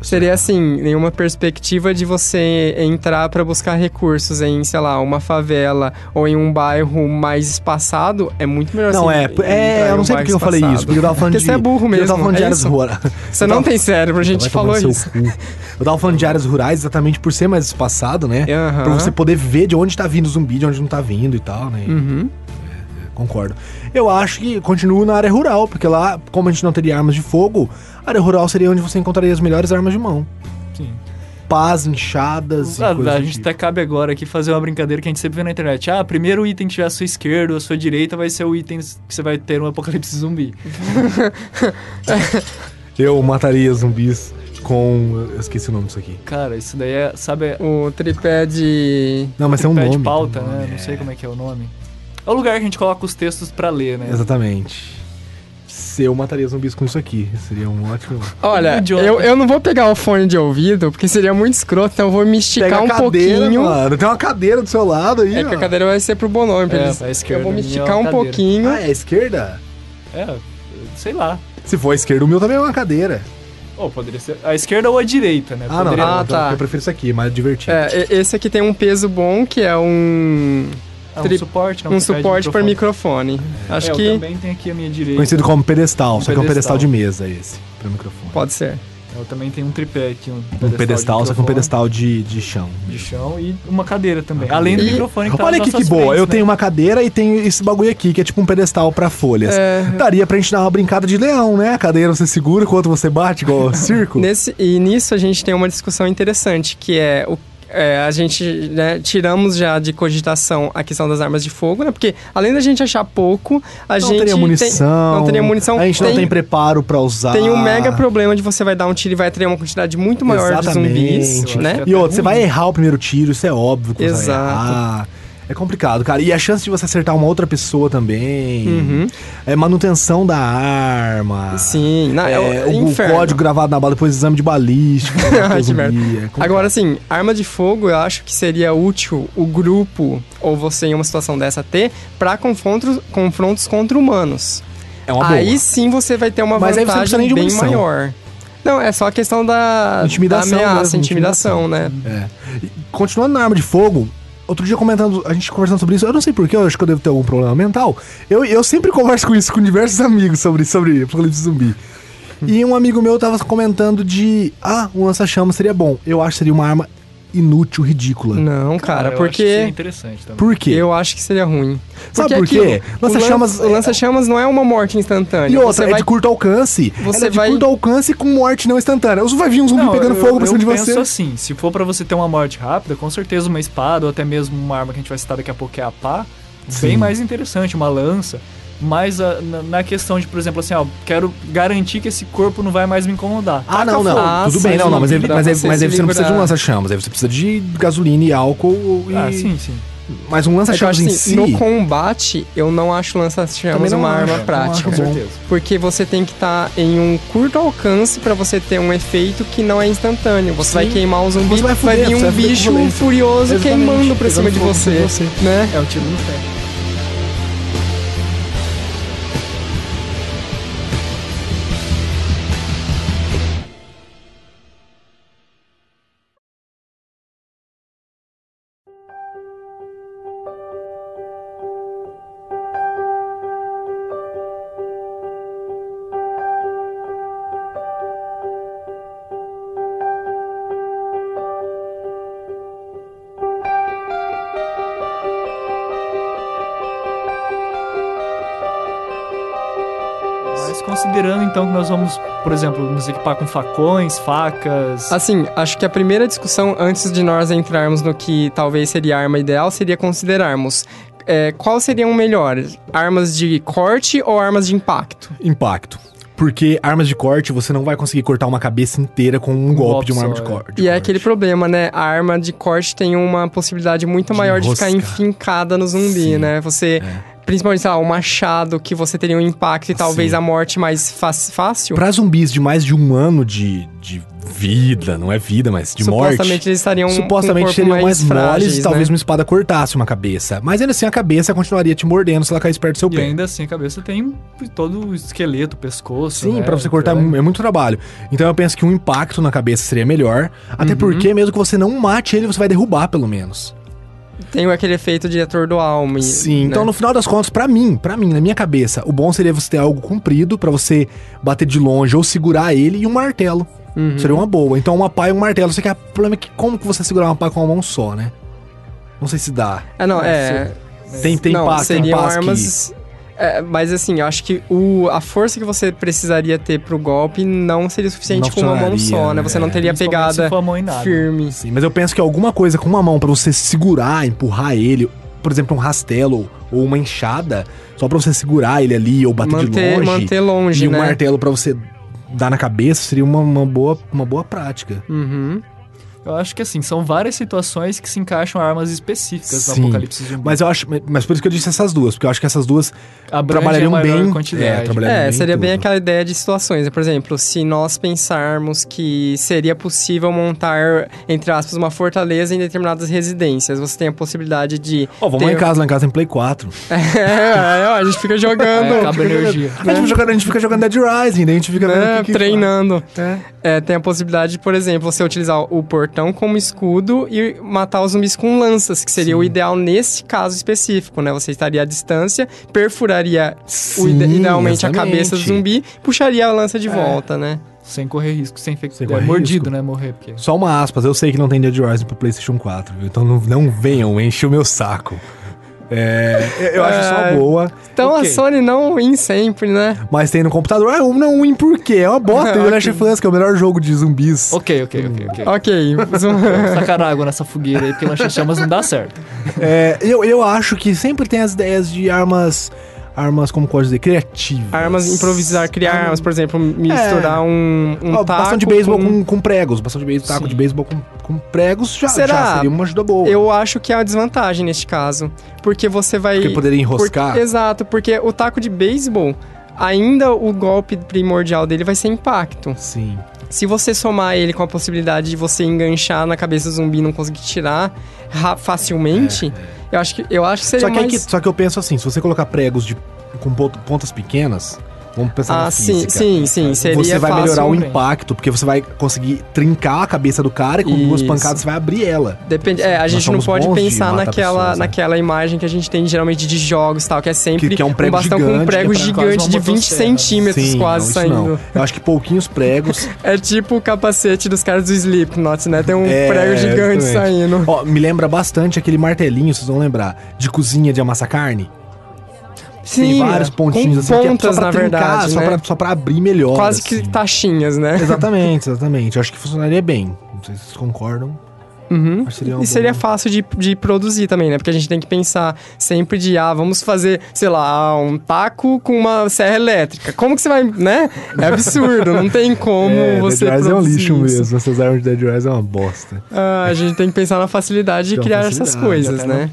S1: Seria assim, nenhuma perspectiva de você entrar pra buscar recursos em, sei lá, uma favela ou em um bairro mais espaçado, é muito melhor
S2: Não,
S1: você
S2: é.
S1: entrar
S2: É,
S1: em um
S2: eu não sei porque
S1: bairro
S2: eu falei isso.
S1: espaçado.
S2: Porque eu tava falando
S1: Porque
S2: de.
S1: você é burro
S2: porque Eu
S1: mesmo,
S2: tava falando de
S1: é
S2: áreas
S1: isso?
S2: rurais.
S1: Você não tem cérebro, a gente
S2: Então, Vai tomar
S1: falou
S2: no seu
S1: isso.
S2: cu. Eu tava falando de áreas rurais exatamente por ser mais espaçado, né?
S1: Aham.
S2: Pra você poder ver de onde tá vindo o zumbi, de onde não tá vindo e tal, né?
S1: Uhum.
S2: Concordo. Eu acho que continuo na área rural, porque lá, como a gente não teria armas de fogo, a área rural seria onde você encontraria as melhores armas de mão.
S3: Sim.
S2: Pás, inchadas e
S3: Ah,
S2: coisas
S3: a
S2: do
S3: gente
S2: tipo.
S3: até cabe agora aqui fazer uma brincadeira que a gente sempre vê na internet. Ah, primeiro item que tiver à sua esquerda ou à sua direita vai ser o item que você vai ter um apocalipse zumbi.
S2: Eu mataria zumbis com... Eu esqueci o nome disso aqui.
S3: Cara, isso daí é, sabe, é
S1: O tripé de.
S2: Não, mas é um
S3: pé
S2: nome.
S3: de pauta,
S2: tem um
S3: né?
S2: nome,
S3: Não
S2: é.
S3: sei como é que é o nome. É o lugar que a gente coloca os textos pra ler, né?
S2: Exatamente. Se Eu mataria zumbis com isso aqui. Seria um ótimo...
S1: Olha,
S3: Idiota.
S1: eu, eu não vou pegar o fone de ouvido, porque seria muito escroto, então eu vou me esticar um pouquinho.
S2: mano. Tem uma cadeira do seu lado aí,
S1: É que a
S2: ó.
S1: cadeira vai ser pro Bonome, pra
S3: É,
S1: eles-
S3: pra esquerda,
S1: Eu vou me
S3: minha
S1: esticar um
S3: cadeira.
S1: pouquinho.
S2: Ah, é a esquerda?
S3: É, sei lá.
S2: Se for a esquerda, o meu também é uma cadeira.
S3: Ou poderia ser a esquerda ou a direita, né?
S2: Ah, não.
S3: Poderia-
S2: não,
S1: Ah,
S2: então
S1: tá.
S2: Eu prefiro isso aqui, mais divertido.
S1: É, e- esse aqui tem um peso bom, que é um,
S3: Ah, um
S1: tri-
S3: suporte, né?
S2: Então,
S1: um
S3: pé de
S1: suporte para microfone. Acho
S3: É,
S1: que
S3: Eu também tenho aqui a minha direita.
S2: Conhecido como pedestal,
S3: Um
S2: só que é um pedestal
S3: pedestal.
S2: de mesa esse, pro microfone.
S1: pode ser.
S3: Eu também tenho um tripé aqui, um pedestal,
S2: Um pedestal,
S3: de
S2: só que é um
S3: microfone,
S2: pedestal de, de chão.
S3: de chão e uma cadeira também. Além do
S1: cadeira. E-
S3: microfone que tá
S2: Olha
S3: nas
S2: aqui que
S3: nossas
S2: boa,
S3: frentes,
S2: eu
S3: né?
S2: tenho uma cadeira e tenho esse bagulho aqui, que é tipo um pedestal pra folhas.
S1: É.
S2: Daria pra gente dar uma brincada de leão, né? A cadeira você segura enquanto você bate, igual circo.
S1: Nesse, e nisso a gente tem uma discussão interessante, que é o é, a gente né, tiramos já de cogitação a questão das armas de fogo, né? Porque além da gente achar pouco, a
S2: não
S1: gente
S2: teria
S1: tem-
S2: munição.
S1: não teria munição.
S2: A gente não tem preparo pra usar.
S1: tem um mega problema de você vai dar um tiro e vai atrair uma quantidade muito maior de zumbis,
S2: Exatamente.
S1: né?
S2: E outro, você vai errar o primeiro tiro, isso é óbvio que você vai
S1: Exato.
S2: errar. É complicado, cara. E a chance de você acertar uma outra pessoa também.
S1: Uhum.
S2: É manutenção da arma.
S1: Sim, na,
S2: É,
S1: é, o
S2: o, o
S1: inferno.
S2: código gravado na bala, depois exame de balística.
S1: Ai, que merda.
S2: zumbi, é complicado.
S1: Agora, assim, arma de fogo, eu acho que seria útil o grupo, ou você em uma situação dessa, ter pra confrontos, confrontos contra humanos.
S2: é uma boa.
S1: aí sim você vai ter uma
S2: Mas aí você não precisa
S1: vantagem
S2: nem de
S1: bem
S2: munição.
S1: maior. Não, é só a questão da,
S2: Intimidação
S1: da ameaça,
S2: mesmo,
S1: intimidação, né?
S2: É. E Continuando na arma de fogo, outro dia comentando, a gente conversando sobre isso, eu não sei porquê, eu acho que eu devo ter algum problema mental. Eu, eu sempre converso com isso com diversos amigos sobre, sobre apocalipse zumbi. E um amigo meu tava comentando de. Ah, um lança-chama seria bom. Eu acho que seria uma arma inútil, ridícula.
S1: Não, cara,
S3: É, eu acho que seria
S1: porque
S3: interessante também.
S2: um Por quê?
S1: eu acho que seria ruim.
S2: Sabe
S1: Porque
S2: por quê?
S1: aquilo, o
S2: Lança-chamas-
S1: lan- O lança-chamas não é uma morte instantânea.
S2: E outra,
S1: você
S2: é
S1: vai
S2: de curto alcance.
S1: você
S2: Ela é de
S1: vai-
S2: curto alcance com morte não instantânea. Ou vai vir um zumbi
S3: Não,
S2: pegando
S3: eu-
S2: fogo pra
S3: eu
S2: cima de
S3: penso
S2: você.
S3: assim, se for pra você ter uma morte rápida, com certeza uma espada ou até mesmo uma arma que a gente vai citar daqui a pouco que é a pá,
S2: Sim.
S3: bem mais interessante, uma lança. Mas a- na, na questão de, por exemplo, assim, ó, quero garantir que esse corpo não vai mais me incomodar.
S2: Ah,
S1: Taca
S2: não, não.
S1: fogo. Ah,
S2: Tudo
S1: sim,
S2: bem, não, não. Mas, aí-
S1: pra
S2: mas, aí-
S1: você
S2: mas aí
S1: se
S2: você não precisa de um
S1: livrar.
S2: lança-chamas. Aí você precisa de gasolina e álcool e.
S3: Ah, sim, sim.
S2: Mas um
S1: É que eu
S2: lança-chamas
S1: acho
S2: em
S1: assim,
S2: si.
S1: no combate, eu não acho
S2: Também
S1: lança-chamas
S2: não
S1: uma
S2: acho,
S1: arma
S2: não
S1: prática. né?
S3: Com
S2: bom.
S3: certeza.
S1: Porque você tem que estar em um curto alcance pra você ter um efeito que não é instantâneo. Você vai queimar o zumbi,
S2: Você
S1: vai,
S2: vai fuder,
S1: vir
S2: você
S1: um
S2: vai fuder com
S1: bicho
S2: violência.
S1: furioso
S2: Exatamente,
S1: queimando pra cima
S2: pegando
S1: de
S2: fogo em cima
S1: você,
S2: de
S1: né?
S3: É o tiro no pé. Mas considerando então que nós vamos, por exemplo, nos equipar com facões, facas.
S2: Ah,
S1: Assim, acho que a primeira discussão, antes de nós entrarmos no que talvez seria a arma ideal, seria considerarmos é, qual seriam melhores, armas de corte ou armas de impacto?
S2: Impacto. Porque armas de corte, você não vai conseguir cortar uma cabeça inteira com um golpe
S3: golpe
S2: de uma
S3: só,
S2: arma de
S3: é.
S2: corte.
S1: E é aquele problema, né? A arma de corte tem uma possibilidade muito
S2: De
S1: maior de ficar
S2: enroscar.
S1: enfincada no zumbi,
S2: Sim, É.
S1: né? Você principalmente, sei lá, um machado que você teria um impacto e talvez a morte mais fa- fácil.
S2: Pra zumbis de mais de um ano de, de vida, não é vida, mas de
S1: supostamente
S2: morte.
S1: eles estariam
S2: supostamente
S1: com um corpo
S2: seriam mais,
S1: frágeis,
S2: moles e talvez
S1: né?
S2: uma espada cortasse uma cabeça. Mas ainda assim, a cabeça continuaria te mordendo se ela caísse perto do seu
S3: E
S2: pé.
S3: ainda assim a cabeça tem todo o esqueleto, pescoço.
S1: assim,
S2: Sim,
S3: né?
S2: pra você cortar é.
S3: É.
S2: muito trabalho. Então eu penso que um impacto na cabeça seria melhor. Até
S1: Uhum.
S2: porque, mesmo que você não mate ele, você vai derrubar pelo menos.
S1: tem aquele efeito de atordoar alma.
S2: Sim, então no final das contas, pra mim, pra mim, na minha cabeça, o bom seria você ter algo comprido pra você bater de longe ou segurar ele e um martelo.
S1: Uhum.
S2: Seria uma boa. Então uma pá e um martelo. Só que o problema é que como que você segurar uma pá com uma mão só, né? Não sei se dá.
S1: É, não, é.
S2: Tem, tem
S1: não,
S2: pá, tem
S1: seriam
S2: pás que...
S1: armas. é, mas assim, eu acho que o, a força que você precisaria ter pro golpe não seria suficiente
S2: Não
S1: com uma mão só,
S2: funcionaria,
S1: né? Você
S2: né?
S1: não teria
S3: Principalmente se
S1: pegada
S3: for a mão em nada.
S1: firme.
S2: Sim, assim, mas eu penso que alguma coisa com uma mão pra você segurar, empurrar ele, por exemplo, um rastelo ou uma enxada, só pra você segurar ele ali ou bater de
S1: Manter,
S2: longe.
S1: manter longe,
S2: e um
S1: né?
S2: martelo pra você dar na cabeça seria uma, uma boa, uma boa prática. um
S1: Uhum.
S3: Eu acho que assim, são várias situações que se encaixam armas específicas
S2: Sim,
S3: no apocalipse zumbi.
S2: Mas eu acho, mas por isso que eu disse essas duas, porque eu acho que essas duas
S3: Abrange
S2: trabalhariam
S3: a maior
S2: bem,
S3: quantidade.
S2: é, trabalhariam
S1: É,
S2: bem
S1: seria bem
S2: tudo.
S1: aquela ideia de situações. né? Por exemplo, se nós pensarmos que seria possível montar, entre aspas, uma fortaleza em determinadas residências, você tem a possibilidade de.
S2: Ó, vamos lá
S1: ter-
S2: em casa, lá em casa tem Play 4.
S1: É, ó, a gente fica jogando.
S3: É, acaba a energia.
S2: A, gente fica jogando, a gente fica jogando Dead Rising, daí a gente fica vendo
S1: né,
S2: o que que
S1: treinando.
S2: É.
S1: É, tem a possibilidade, de, por exemplo, você utilizar o portão como escudo e matar os zumbis com lanças, que seria o ideal nesse caso específico, né? Você estaria à distância, perfuraria o ide-
S2: Sim,
S1: idealmente a cabeça do
S2: exatamente.
S1: zumbi, puxaria a lança de
S3: É.
S1: volta, né?
S3: Sem correr risco, sem infecção.
S2: Sem
S3: É,
S2: correr
S3: mordido,
S2: risco.
S3: né? Morrer, porque.
S2: Só uma aspas, eu sei que não tem Dead Rising pro PlayStation 4, viu? Então não, não venham, enche o meu saco. É, eu- eu acho
S1: É.
S2: só boa,
S1: Então
S3: Ok.
S1: a Sony não win sempre, né?
S2: mas tem no computador. Ah, um não win por quê? É uma bosta. E o Last of Us, que é o melhor jogo de zumbis.
S3: Ok, ok, ok, ok.
S1: Ok. hum-
S3: Sacar água nessa fogueira aí, porque lancha chamas não dá certo.
S2: É, eu, eu acho que sempre tem as ideias de armas. Armas, como pode dizer, criativas.
S1: armas, improvisar, criar armas, por exemplo, misturar um, um
S2: Ó,
S1: taco
S2: bastão de beisebol
S1: com-
S2: com, com pregos. Bastão de beisebol, taco
S3: Sim.
S2: de beisebol com, com pregos já,
S1: Será?
S2: já seria uma ajuda boa.
S1: Eu acho que é uma desvantagem neste caso, porque você vai...
S2: Porque poderia
S1: Por-
S2: enroscar.
S1: exato, porque o taco de beisebol, ainda o golpe primordial dele vai ser impacto.
S2: Sim.
S1: Se você somar ele com a possibilidade de você enganchar na cabeça do zumbi e não conseguir tirar ra- facilmente, eu acho que eu acho que seria
S2: É, Só que, aí
S1: mais...
S2: que- só que eu penso assim, se você colocar pregos de, com pon- pontas pequenas, vamos pensar na
S1: Ah, sim,
S2: física.
S1: sim, sim, seria
S2: você vai
S1: fácil.
S2: melhorar o
S3: né?
S2: impacto, porque você vai conseguir trincar a cabeça do cara e com duas
S1: Isso.
S2: pancadas você vai abrir ela.
S1: Depende, é, a
S2: Nós
S1: gente não
S2: somos
S1: pode
S2: bons de
S1: pensar
S2: matar
S1: naquela,
S2: pessoas, né?
S1: naquela imagem que a gente tem geralmente de jogos e tal, que é sempre
S2: Que- que é um prego
S1: bastão com um
S2: gigante,
S1: prego
S2: que é
S3: pra-
S1: gigante
S3: quase
S1: de
S3: uma
S1: 20
S3: motosserra.
S1: centímetros
S2: né? Sim,
S1: quase
S2: não, isso
S1: saindo.
S2: não. Eu acho que pouquinhos pregos.
S1: É tipo o capacete dos caras do Slipknot, né? Tem um
S2: É,
S1: prego gigante
S2: exatamente.
S1: saindo.
S2: Ó, me lembra bastante aquele martelinho, vocês vão lembrar, de cozinha de amassar carne. Tem vários pontinhos
S1: com
S2: assim, que é
S1: pontas,
S2: só pra
S1: na
S2: trincar,
S1: verdade,
S2: só,
S1: né?
S2: pra, só pra abrir melhor.
S1: Quase que
S2: assim.
S1: taxinhas, né?
S2: Exatamente, exatamente. Eu acho que funcionaria bem. Não sei se vocês concordam.
S1: Uhum.
S2: Acho que seria uma
S1: E seria
S2: boa.
S1: fácil de, de produzir também, né? Porque a gente tem que pensar sempre de, ah, vamos fazer, sei lá, um taco com uma serra elétrica. Como que você vai, né? É absurdo, não tem como
S2: é,
S1: você
S2: Dead Rise
S1: produzir
S2: é um lixo
S1: isso.
S2: mesmo. Essas armas de Dead Rise é uma bosta.
S1: Ah, a gente tem que pensar na facilidade de
S2: Tem uma
S1: criar essas
S2: facilidade,
S1: coisas,
S3: até
S1: né?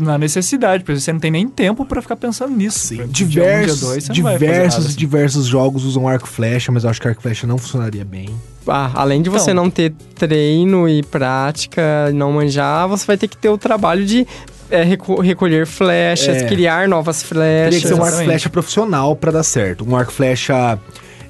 S3: Na necessidade, porque você não tem nem tempo pra ficar pensando nisso. Pra- dia um, dia
S2: diversos,
S3: dois, você não vai fazer
S2: diversos,
S3: nada, assim.
S2: diversos jogos usam arco e flecha, mas eu acho que arco e flecha não funcionaria bem.
S1: Ah, além de você
S3: Então.
S1: não ter treino e prática, não manjar, você vai ter que ter o trabalho de é, reco- recolher flechas,
S2: É.
S1: criar novas
S2: Teria
S1: flechas.
S2: que ser um arco e
S3: exatamente.
S2: flecha profissional pra dar certo. Um arco e flecha.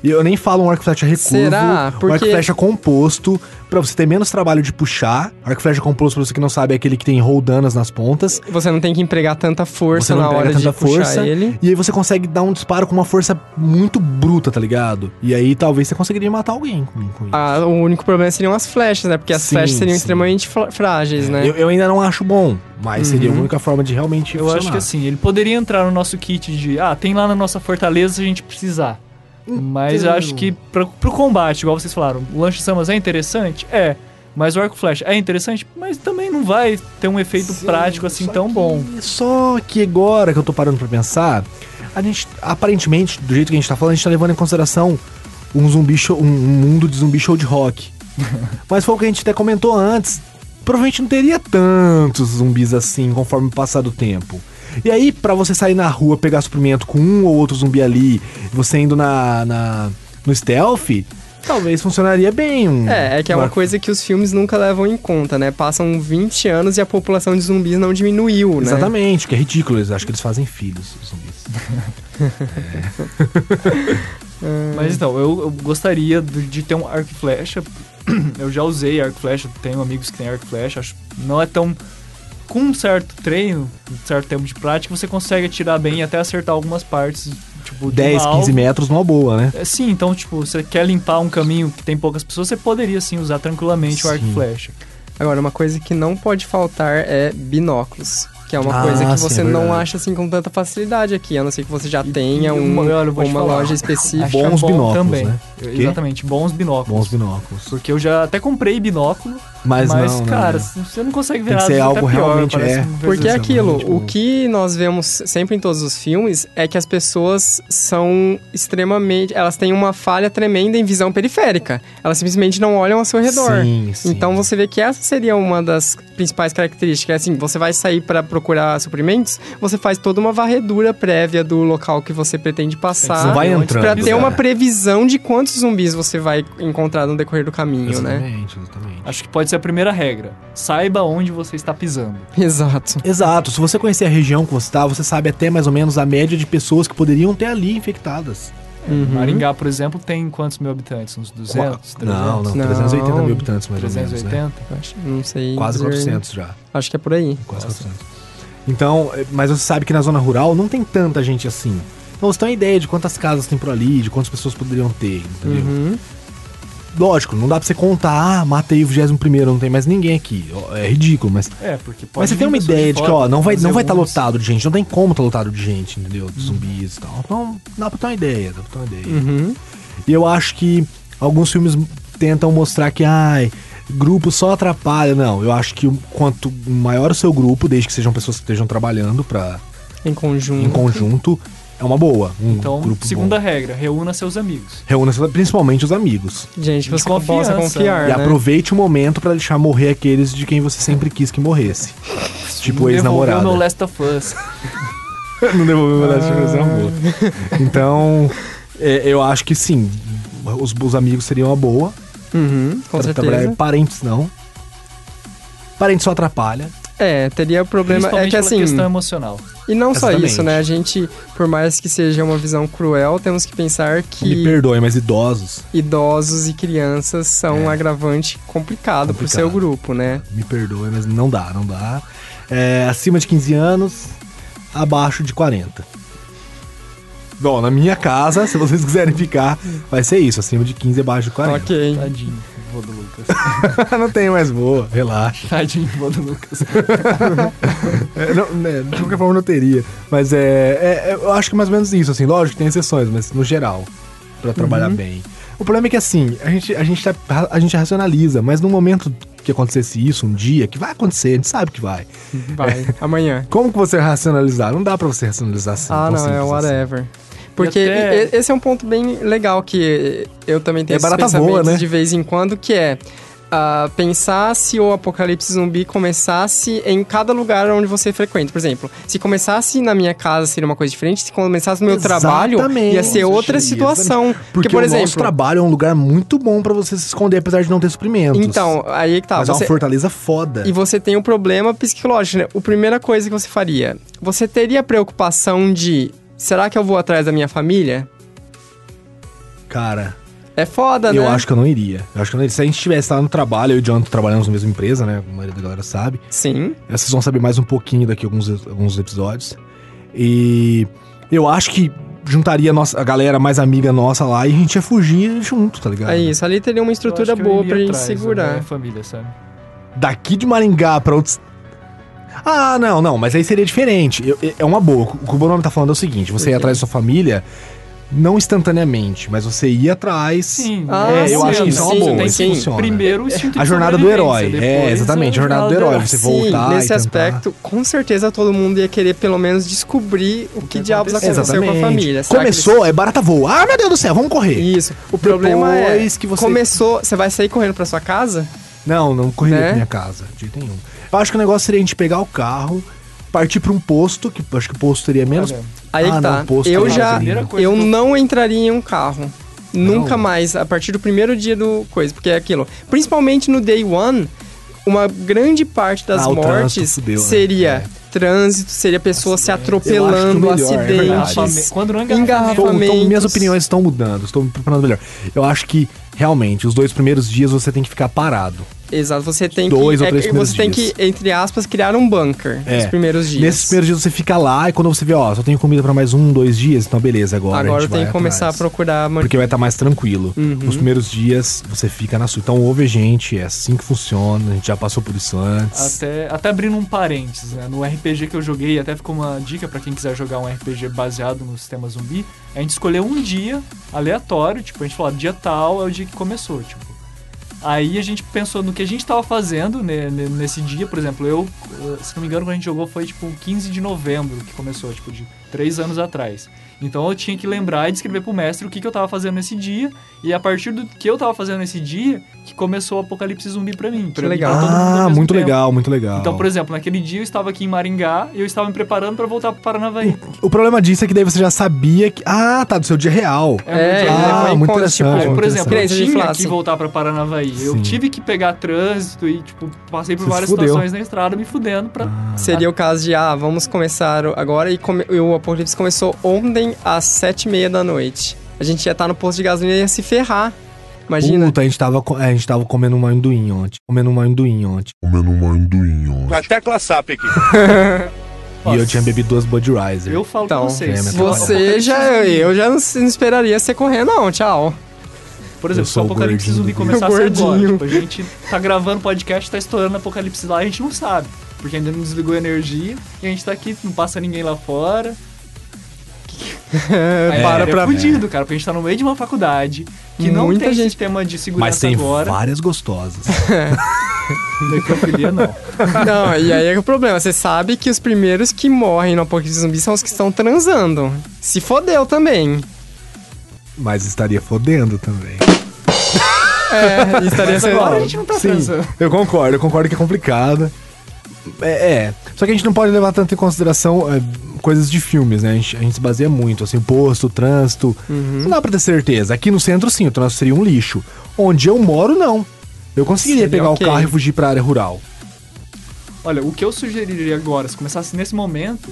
S2: e Eu nem falo um arco e flecha recurvo,
S1: Será?
S2: um arco
S1: Porque-
S2: e flecha composto, pra você ter menos trabalho de puxar. Arco e flecha composto, pra você que não sabe, é aquele que tem roldanas nas pontas.
S1: Você não tem que empregar tanta
S2: Você
S1: força
S2: não
S1: na hora
S2: pega
S1: de
S2: tanta
S1: puxar
S2: força.
S1: ele.
S2: E aí você consegue dar um disparo com uma força muito bruta, tá ligado? E aí talvez você conseguiria matar alguém com, com isso.
S1: Ah, o único problema seriam as flechas, né? Porque as
S2: Sim,
S1: flechas seriam
S2: sim. É,
S1: extremamente fra- frágeis, né? Uhum.
S2: eu, eu ainda não acho bom, mas seria a única forma de realmente
S3: Eu acho que
S2: funcionar.
S3: assim, ele poderia entrar no nosso kit de, ah, tem lá na nossa fortaleza se a gente precisar. Mas eu acho
S2: Então.
S3: que pro, pro combate, igual vocês falaram, o lanche Samas é interessante? É. Mas o arco flash é interessante, mas também não vai ter um efeito
S2: Sim,
S3: prático assim
S2: só
S3: tão
S2: que-
S3: bom.
S2: Só que agora que eu tô parando pra pensar, a gente, aparentemente, do jeito que a gente tá falando, a gente tá levando em consideração um zumbi show, um mundo de zumbi show de rock. Mas foi o que a gente até comentou antes. Provavelmente não teria tantos zumbis assim conforme o passar do tempo. E aí, pra você sair na rua, pegar suprimento com um ou outro zumbi ali, você indo na, na- no stealth, talvez funcionaria bem. um-
S1: É, é que é uma
S2: uma-
S1: coisa que os filmes nunca levam em conta, né? Passam 20 anos e a população de zumbis não diminuiu, né?
S2: Exatamente, que é ridículo. Eles acham que eles fazem filhos, os zumbis.
S3: Mas então, eu, eu gostaria de, de ter um arco e flecha. Eu já usei arco e flecha, tenho amigos que têm arco e flecha. Acho, não é tão. Com um certo treino, um certo tempo de prática, você consegue atirar bem e até acertar algumas partes. Tipo, de
S2: 10,
S3: uma
S2: 15
S3: alvo.
S2: metros numa boa, né?
S3: É, Sim, então, tipo, você quer limpar um caminho que tem poucas pessoas, você poderia, sim, usar tranquilamente o arco e
S2: Sim.
S3: flecha.
S1: Agora, uma coisa que não pode faltar é binóculos. Que é uma
S2: Ah,
S1: coisa que
S2: sim,
S1: você
S2: é
S1: não
S2: verdade.
S1: acha assim com tanta facilidade aqui, a não ser que você já
S3: E-
S1: tenha
S3: e
S1: um,
S3: uma- olha, eu vou te
S1: uma
S3: falar.
S1: loja específica.
S3: Acho que é
S2: bons
S3: bom
S2: binóculos,
S3: também.
S2: né?
S3: Eu-
S2: Quê?
S3: Exatamente, bons binóculos.
S2: Bons binóculos.
S3: Porque eu já até comprei binóculo,
S2: Mas,
S3: mas,
S2: não, né? não,
S3: cara,
S2: não.
S1: tá
S3: você não consegue
S2: Tem
S3: ver
S2: que
S3: nada.
S2: ser
S3: fica
S2: algo
S3: pior,
S2: realmente,
S3: parece
S2: é.
S3: um
S1: Porque é
S2: Exatamente,
S1: aquilo,
S2: tipo-
S1: o que nós vemos sempre em todos os filmes é que as pessoas são extremamente. Elas têm uma falha tremenda em visão periférica. Elas simplesmente não olham ao seu redor.
S2: Sim, sim.
S1: Então você vê que essa seria uma das principais características. Assim, você vai sair para procurar suprimentos, você faz toda uma varredura prévia do local que você pretende passar.
S2: Não vai
S3: Pra
S2: entrando.
S1: tá
S2: né?
S1: Pra ter uma
S2: cara.
S1: previsão de quantos zumbis você vai encontrar no decorrer do caminho, né?
S2: Exatamente, exatamente.
S3: Acho que pode ser a primeira regra. Saiba onde você está pisando.
S1: Exato.
S2: Exato, se você conhecer a região que você tá, você sabe até mais ou menos a média de pessoas que poderiam ter ali infectadas.
S1: Uhum.
S3: Maringá, por exemplo, tem quantos mil habitantes? Uns 200? 300?
S2: Não, não,
S1: Não.
S2: 380 mil habitantes mais ou menos, né?
S3: 380?
S1: Acho- Não sei.
S2: Quase
S1: dizer.
S2: 400 já,
S1: Acho que é por aí.
S2: quase
S3: Nossa.
S2: 400. Então, é, mas você sabe que na zona rural não tem tanta gente assim. Então você tem uma ideia de quantas casas tem por ali, de quantas pessoas poderiam ter, entendeu?
S1: Uhum.
S2: Lógico, não dá pra você contar, ah, matei o 21 não tem mais ninguém aqui. Ó, É ridículo, mas
S3: É, porque pode
S2: Mas você
S3: vir
S2: tem uma
S3: pessoas
S2: ideia de que,
S3: fora,
S2: ó, não vai estar não
S3: fazer um
S2: vai tá
S3: umas-
S2: lotado de gente, não tem como tá lotado de gente, entendeu?
S3: Uhum.
S2: De zumbis e tal. Então, dá pra ter uma ideia, dá pra ter uma ideia.
S1: Uhum.
S2: E eu acho que alguns filmes tentam mostrar que, ai, grupo só atrapalha. Não, eu acho que o- quanto maior o seu grupo, desde que sejam pessoas que estejam trabalhando pra,
S1: Em conjunto.
S2: em conjunto, é uma boa. Um
S3: Uhum. Então,
S2: grupo
S3: segunda
S2: bom.
S3: regra, reúna seus amigos.
S2: Reúna principalmente os amigos.
S1: Gente, que
S3: De
S1: você possa
S3: confiança,
S1: confiar,
S3: É,
S2: E
S1: né?
S2: aproveite o momento pra deixar morrer aqueles de quem você sempre quis que morresse. Tipo
S3: Me
S2: ex-namorada.
S3: devolveu meu Last of Us.
S1: é
S2: não devolveu meu Last of Us é uma boa. Então, é, eu acho que sim. Os, os amigos seriam uma boa.
S1: Uhum, com
S2: Tra-
S1: certeza.
S2: Parentes não. Parentes só atrapalha.
S1: É, teria problema. É
S3: Principalmente
S1: que
S3: pela
S1: assim.
S3: questão emocional.
S1: E não só
S2: Exatamente.
S1: isso, né? A gente, por mais que seja uma visão cruel, temos que pensar
S2: Me
S1: que
S2: perdoe, mas idosos,
S1: idosos e crianças são um agravante complicado, pro
S2: É. Complicado.
S1: seu grupo, né?
S2: me perdoe, mas não dá, não dá. É, acima de 15 anos, abaixo de 40. Bom, na minha casa, se vocês quiserem ficar, vai ser isso. Acima de 15, abaixo de 40.
S1: Ok.
S3: Tadinho, vou do Lucas.
S2: não tem mais boa, relaxa.
S3: Tadinho, vou do Lucas.
S2: É, não, né, de qualquer forma, não teria. Mas é, é- Eu acho que é mais ou menos isso, assim. Lógico que tem exceções, mas no geral, pra
S1: Uhum.
S2: trabalhar bem. O problema é que, assim, a gente, a, gente tá- a gente racionaliza, mas no momento que acontecesse isso, um dia, que vai acontecer, a gente sabe que vai.
S1: Vai. Amanhã.
S2: Como que você racionalizar? Não dá pra você racionalizar assim.
S1: Ah,
S2: tão
S1: não, é
S2: simples assim.
S1: whatever. Porque
S3: até-
S1: e- esse é um ponto bem legal que eu também tenho
S2: É
S1: esses
S2: barata
S1: pensamentos
S2: boa, né?
S1: de vez em quando, que é ah, pensar se o apocalipse zumbi começasse em cada lugar onde você frequenta. Por exemplo, se começasse na minha casa seria uma coisa diferente, se começasse no meu trabalho
S2: Exatamente.
S1: ia ser
S2: Nossa,
S1: outra
S2: gente,
S1: situação.
S2: Porque,
S1: por
S2: o
S1: exemplo,
S2: nosso trabalho é um lugar muito bom pra você se esconder, apesar de não ter suprimentos.
S1: então, aí que tá,
S2: mas é
S1: você
S2: uma fortaleza foda.
S1: e você tem um problema psicológico, né? A primeira coisa que você faria, você teria a preocupação de será que eu vou atrás da minha família?
S2: Cara,
S1: É foda,
S2: eu
S1: né?
S2: acho que eu não iria. Eu acho que eu não iria. Se a gente estivesse lá no trabalho, eu e o Jonathan trabalhamos na mesma empresa, né? A maioria da galera sabe.
S1: Sim.
S2: Vocês vão saber mais um pouquinho daqui a alguns, alguns episódios. E eu acho que juntaria a, nossa, a galera mais amiga nossa lá e a gente ia fugir junto, tá ligado?
S1: É isso, ali teria uma estrutura boa pra gente segurar.
S3: Minha né, família, sabe?
S2: Daqui de Maringá pra outros. Ah, não, não, mas aí seria diferente. Eu- eu- é uma boa. O que o Bonome tá falando é o seguinte: você ia atrás da sua família, não instantaneamente, mas você ia atrás.
S3: Sim.
S1: Ah,
S2: É, eu
S1: sim,
S2: acho que isso é uma
S1: sim,
S2: boa.
S1: tem
S2: isso
S1: sim.
S2: funciona.
S3: Primeiro o instinto de
S2: É. A jornada do
S3: sobrevivência,
S2: herói.
S3: depois
S2: É, exatamente, a jornada do herói. Você Ah, voltar.
S1: nesse
S2: e tentar-
S1: aspecto, com certeza todo mundo ia querer pelo menos descobrir o que
S3: que
S1: diabos aconteceu
S3: aconteceu.
S1: com a família. será que eles-
S2: Começou, é barata voa. Ah, meu Deus do céu, vamos correr.
S1: Isso. O problema
S2: Depois
S1: é
S2: que você-
S1: começou, você vai sair correndo pra sua casa?
S2: Não, não correria
S1: Né?
S2: pra minha casa, de jeito nenhum. Eu acho que o negócio seria a gente pegar o carro, partir pra um posto, que eu acho que o posto teria menos.
S3: Olha,
S1: Aí que
S2: Ah,
S1: tá.
S2: não, posto
S1: eu
S2: é
S1: já.
S2: gasolina.
S3: Primeira coisa
S1: Eu
S3: que eu-
S1: não entraria em um carro. Nunca mais. A partir do primeiro dia do coisa. Porque é aquilo. Principalmente no day one, uma grande parte das
S2: Ah, o trânsito
S1: mortes
S2: fudeu, né?
S1: seria trânsito, seria pessoas se atropelando,
S2: Eu acho que o melhor, é verdade.
S1: acidentes.
S3: engarrafame- é. Quando não é
S1: Engarrafamento.
S3: engarrafamento.
S2: Então, então, minhas
S1: Momentos.
S2: opiniões estão mudando, estou me preparando melhor. Eu acho que, realmente, os dois primeiros dias você tem que ficar parado.
S1: Exato. Você tem
S2: Dois
S1: que.
S2: ou três
S1: é,
S2: primeiros
S1: você tem que,
S2: dias.
S1: entre aspas, criar um bunker
S2: É.
S1: nos primeiros dias.
S2: Nesses primeiros dias você fica lá e quando você vê, ó, só tenho comida pra mais um, dois dias, então beleza, agora. a
S1: Agora
S2: gente
S1: eu tenho
S2: vai
S1: que começar
S2: atrás.
S1: a procurar. Uhum.
S2: Porque vai estar mais tranquilo. Nos primeiros dias você fica na sua. Então ouve a gente, é assim que funciona, a gente já passou por isso antes.
S3: Até, até abrindo um parênteses, né? No RPG que eu joguei, até ficou uma dica pra quem quiser jogar um RPG baseado no sistema zumbi, a gente escolheu um dia aleatório, tipo, a gente falou, dia tal é o dia que começou, tipo. Aí a gente pensou no que a gente tava fazendo ne- ne- nesse dia, por exemplo, eu, eh, se não me engano, quando a gente jogou foi tipo 15 de novembro que começou, tipo, de três anos atrás. Então eu tinha que lembrar e descrever pro mestre o que, que eu tava fazendo nesse dia, e a partir do que eu tava fazendo nesse dia, que começou o apocalipse zumbi pra mim. Pra mim,
S1: legal.
S3: pra todo mundo ao
S2: Ah,
S3: mesmo
S2: muito
S3: tempo.
S2: legal, muito legal.
S3: Então, por exemplo, naquele dia eu estava aqui em Maringá e eu estava me preparando para voltar para Paranavaí.
S2: O problema disso é que daí você já sabia que. Ah, tá, do seu dia real.
S1: É,
S3: muito legal.
S2: ah,
S1: levar em
S2: muito
S1: conta,
S2: interessante.
S1: tipo,
S3: Aí,
S2: muito
S3: por exemplo, eu
S1: Crença de
S3: tinha
S1: inflação.
S3: que voltar para Paranavaí.
S2: Sim.
S3: Eu tive que pegar trânsito e, tipo, passei por
S2: Você se
S3: várias
S2: fudeu.
S3: situações na estrada me fudendo pra.
S1: Seria o caso de, ah, vamos começar o- agora e, come- e o apocalipse começou ontem às sete e meia da noite. A gente ia estar no posto de gasolina e ia se ferrar. Imagina.
S2: Puta, a gente, tava, co- é, a gente tava comendo um amendoim ontem. Comendo um amendoim ontem.
S5: comendo um amendoim ontem.
S6: Na tecla SAP aqui.
S2: E
S3: Nossa.
S2: eu tinha bebido duas Budweiser.
S3: Eu falo
S1: Então,
S3: com vocês.
S2: é,
S3: se
S2: metralha.
S3: o
S1: Você
S3: apocalipse
S1: já.
S3: zumbi-
S1: Eu já não, se- não esperaria você correr, não. Tchau.
S3: Por
S2: Eu
S3: exemplo, se o
S2: sou o
S3: apocalipse
S2: gordinho
S3: zumbi
S2: do
S3: começasse
S1: grupo.
S3: agora,
S1: Gordinho.
S3: tipo, a gente tá gravando podcast, tá estourando apocalipse lá, a gente não sabe. Porque ainda não desligou a energia e a gente tá aqui, não passa ninguém lá fora. Aí
S1: para
S3: é
S1: pra.
S3: fudido, cara, porque a gente tá no meio de uma faculdade que não
S1: Muita
S3: tem
S1: gente-
S3: sistema de
S2: Mas
S3: segurança
S2: tem
S3: agora.
S2: várias gostosas.
S3: Necrofilia não.
S1: Não, e aí é que o problema. Você sabe que os primeiros que morrem no apocalipse zumbi são os que estão transando. Se fodeu também.
S2: mas estaria fodendo também.
S1: É, e estaria
S3: Mas
S1: sendo.
S3: agora a gente não tá
S2: Sim,
S3: transando.
S2: eu concordo, eu concordo que é complicado. É, é. Só que a gente não pode levar tanto em consideração é, coisas de filmes, né? A gente, a gente se baseia muito, assim, o posto, o trânsito. Não dá pra ter certeza. Aqui no centro, sim, o trânsito seria um lixo. Onde eu moro, não. Eu conseguiria
S1: Seria
S2: pegar
S1: ok.
S2: o carro e fugir pra área rural.
S3: Olha, o que eu sugeriria agora, se começasse nesse momento,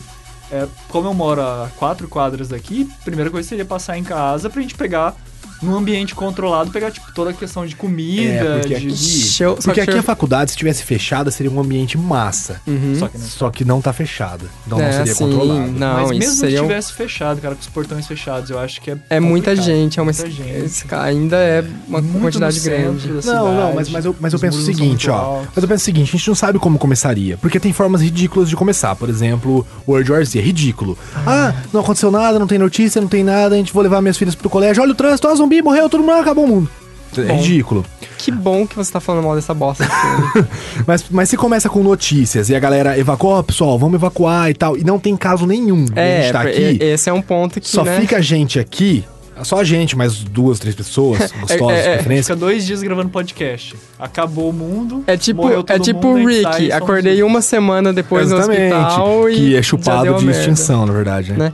S3: é, como eu moro a quatro quadras daqui, a primeira coisa seria passar em casa pra gente pegar num ambiente controlado, pegar tipo toda a questão de comida,
S2: É, porque
S3: de.
S1: Deixa eu- só
S2: Porque
S1: que
S2: aqui é
S1: eu-
S2: a faculdade, se tivesse fechada, seria um ambiente massa.
S3: Só que não.
S2: Só que não tá fechada. Então
S1: É,
S2: não seria
S1: sim,
S2: controlado.
S1: Não,
S3: Mas
S1: isso
S3: mesmo
S1: seria
S3: se
S1: um-
S3: tivesse fechado, cara, com os portões fechados, eu acho que é.
S1: É muita
S3: complicado.
S1: gente, é uma.
S3: Muita gente.
S1: esse- Ainda é uma
S3: Muito no
S1: quantidade
S3: centro
S1: grande.
S3: da
S2: Não, não, mas,
S3: cidade,
S2: mas eu, mas eu
S3: os
S2: penso o
S3: muros são
S2: seguinte,
S3: muito
S2: ó.
S3: altos.
S2: Mas eu penso o seguinte, a gente não sabe como começaria. Porque tem formas ridículas de começar. Por exemplo, World War Z, é ridículo. Ah, não aconteceu nada, não tem notícia, não tem nada, a gente vou levar minhas filhas pro colégio, olha o trânsito, ó, zumbi, morreu, todo mundo, acabou o mundo. É
S1: Bom.
S2: ridículo.
S1: Que bom que você tá falando mal dessa bosta. de filme.
S2: Mas, mas se começa com notícias e a galera evacua, ó, pessoal, vamos evacuar e tal, e não tem caso nenhum. e a
S1: é,
S2: gente tá
S1: e-
S2: aqui,
S1: esse é um ponto que.
S2: só
S1: né,
S2: fica a gente aqui, só a gente, mais duas, três pessoas, gostosas,
S1: é, é.
S2: de preferência.
S3: Fica dois dias gravando podcast. Acabou o mundo.
S1: É tipo,
S3: morreu todo
S1: é tipo
S3: mundo, a gente
S1: Rick,
S3: sai e somos um.
S1: acordei um uma semana depois no
S2: Exatamente,
S1: hospital e
S2: que
S1: já
S2: é chupado
S1: deu a
S2: de
S1: merda.
S2: extinção, na verdade, né?
S1: Né?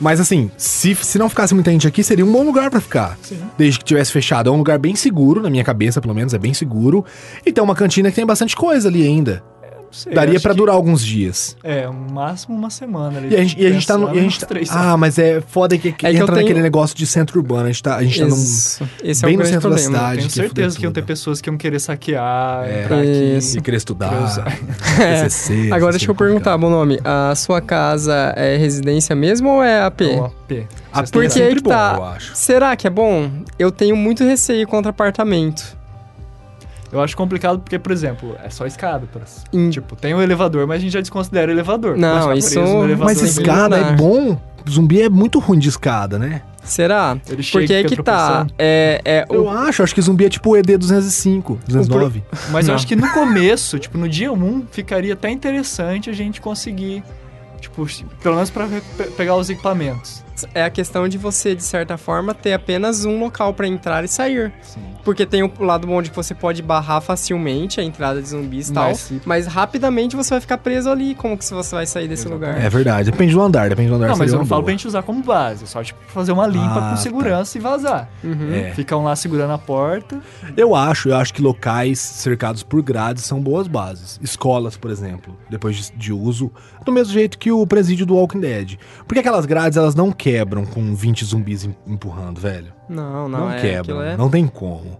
S2: Mas assim, se, se não ficasse muita gente aqui, seria um bom lugar pra ficar. Desde que tivesse fechado. É um lugar bem seguro, na minha cabeça, pelo menos, é bem seguro. E tem uma cantina que tem bastante coisa ali ainda.
S3: Não sei,
S2: Daria
S3: acho
S2: pra
S3: que-
S2: durar alguns dias.
S3: É, no máximo uma semana ali.
S2: E a gente, e a gente tá no.
S3: Pensando
S2: e a gente
S3: nos
S2: tá-
S3: três.
S2: ah, mas é foda que, que
S1: É que eu
S2: entra
S1: tenho-
S2: naquele negócio de centro urbano. A gente tá, a gente tá num.
S1: Isso. Esse é
S2: bem
S1: o
S2: no
S1: grande
S2: centro da
S1: problema.
S2: cidade.
S3: Tenho
S2: que ia
S3: certeza
S2: fuder
S3: que iam ter
S2: tudo.
S3: pessoas que iam querer saquear,
S2: É.
S3: entrar aqui.
S1: Isso.
S2: Se querer estudar, é
S1: Agora
S2: TCC, essas
S1: deixa eu
S2: coisas
S1: perguntar,
S2: complicadas.
S1: bom nome. A sua casa é residência mesmo ou é AP?
S3: Então, ó, P.
S2: A
S3: Vocês
S2: P é
S1: Porque aí
S2: sempre
S1: que
S2: bom,
S1: tá.
S2: eu acho.
S1: Será que é bom? Eu tenho muito receio contra apartamento.
S3: têm- Eu acho complicado porque, por exemplo, é só escada. pra-
S1: Hum.
S3: Tipo, tem o elevador, mas a gente já desconsidera o elevador.
S1: Não,
S3: Pode ficar
S1: isso-
S3: preso no elevador,
S2: Mas
S1: Fazer
S3: ele-
S2: escada é
S1: eliminar.
S2: bom. Zumbi é muito ruim de escada, né?
S1: Será?
S3: Ele chega
S1: Porque
S3: e
S1: aí
S3: fica
S1: que tá.
S3: tropeçando.
S1: É, é
S2: Eu
S1: o-
S2: acho, acho que zumbi é tipo o ED 205, 209.
S3: Mas
S1: Não.
S3: eu acho que no começo, tipo, no dia 1, ficaria até interessante a gente conseguir, tipo, pelo menos pra pe- pegar os equipamentos.
S1: é a questão de você, de certa forma, ter apenas um local pra entrar e sair.
S3: Sim.
S1: Porque tem o lado bom de que você pode barrar facilmente a entrada de zumbis e tal.
S3: Mas se-
S1: Mas rapidamente você vai ficar preso ali. Como que você vai sair desse lugar?
S2: É verdade, depende do andar, depende do andar.
S3: Não, mas
S2: seria
S3: eu não
S2: uma
S3: falo
S2: boa.
S3: pra gente usar como base, é só tipo fazer uma limpa
S2: Ah,
S3: com segurança e vazar.
S1: Uhum.
S2: É.
S3: Fica um lá segurando a porta.
S2: Eu acho, eu acho que locais cercados por grades são boas bases. Escolas, por exemplo, depois de, de uso, do mesmo jeito que o presídio do Walking Dead. Porque aquelas grades, elas não quebram com 20 zumbis em- empurrando, velho.
S1: Não, não,
S2: Não,
S1: é, aquilo
S2: quebram,
S1: é-
S2: não tem como.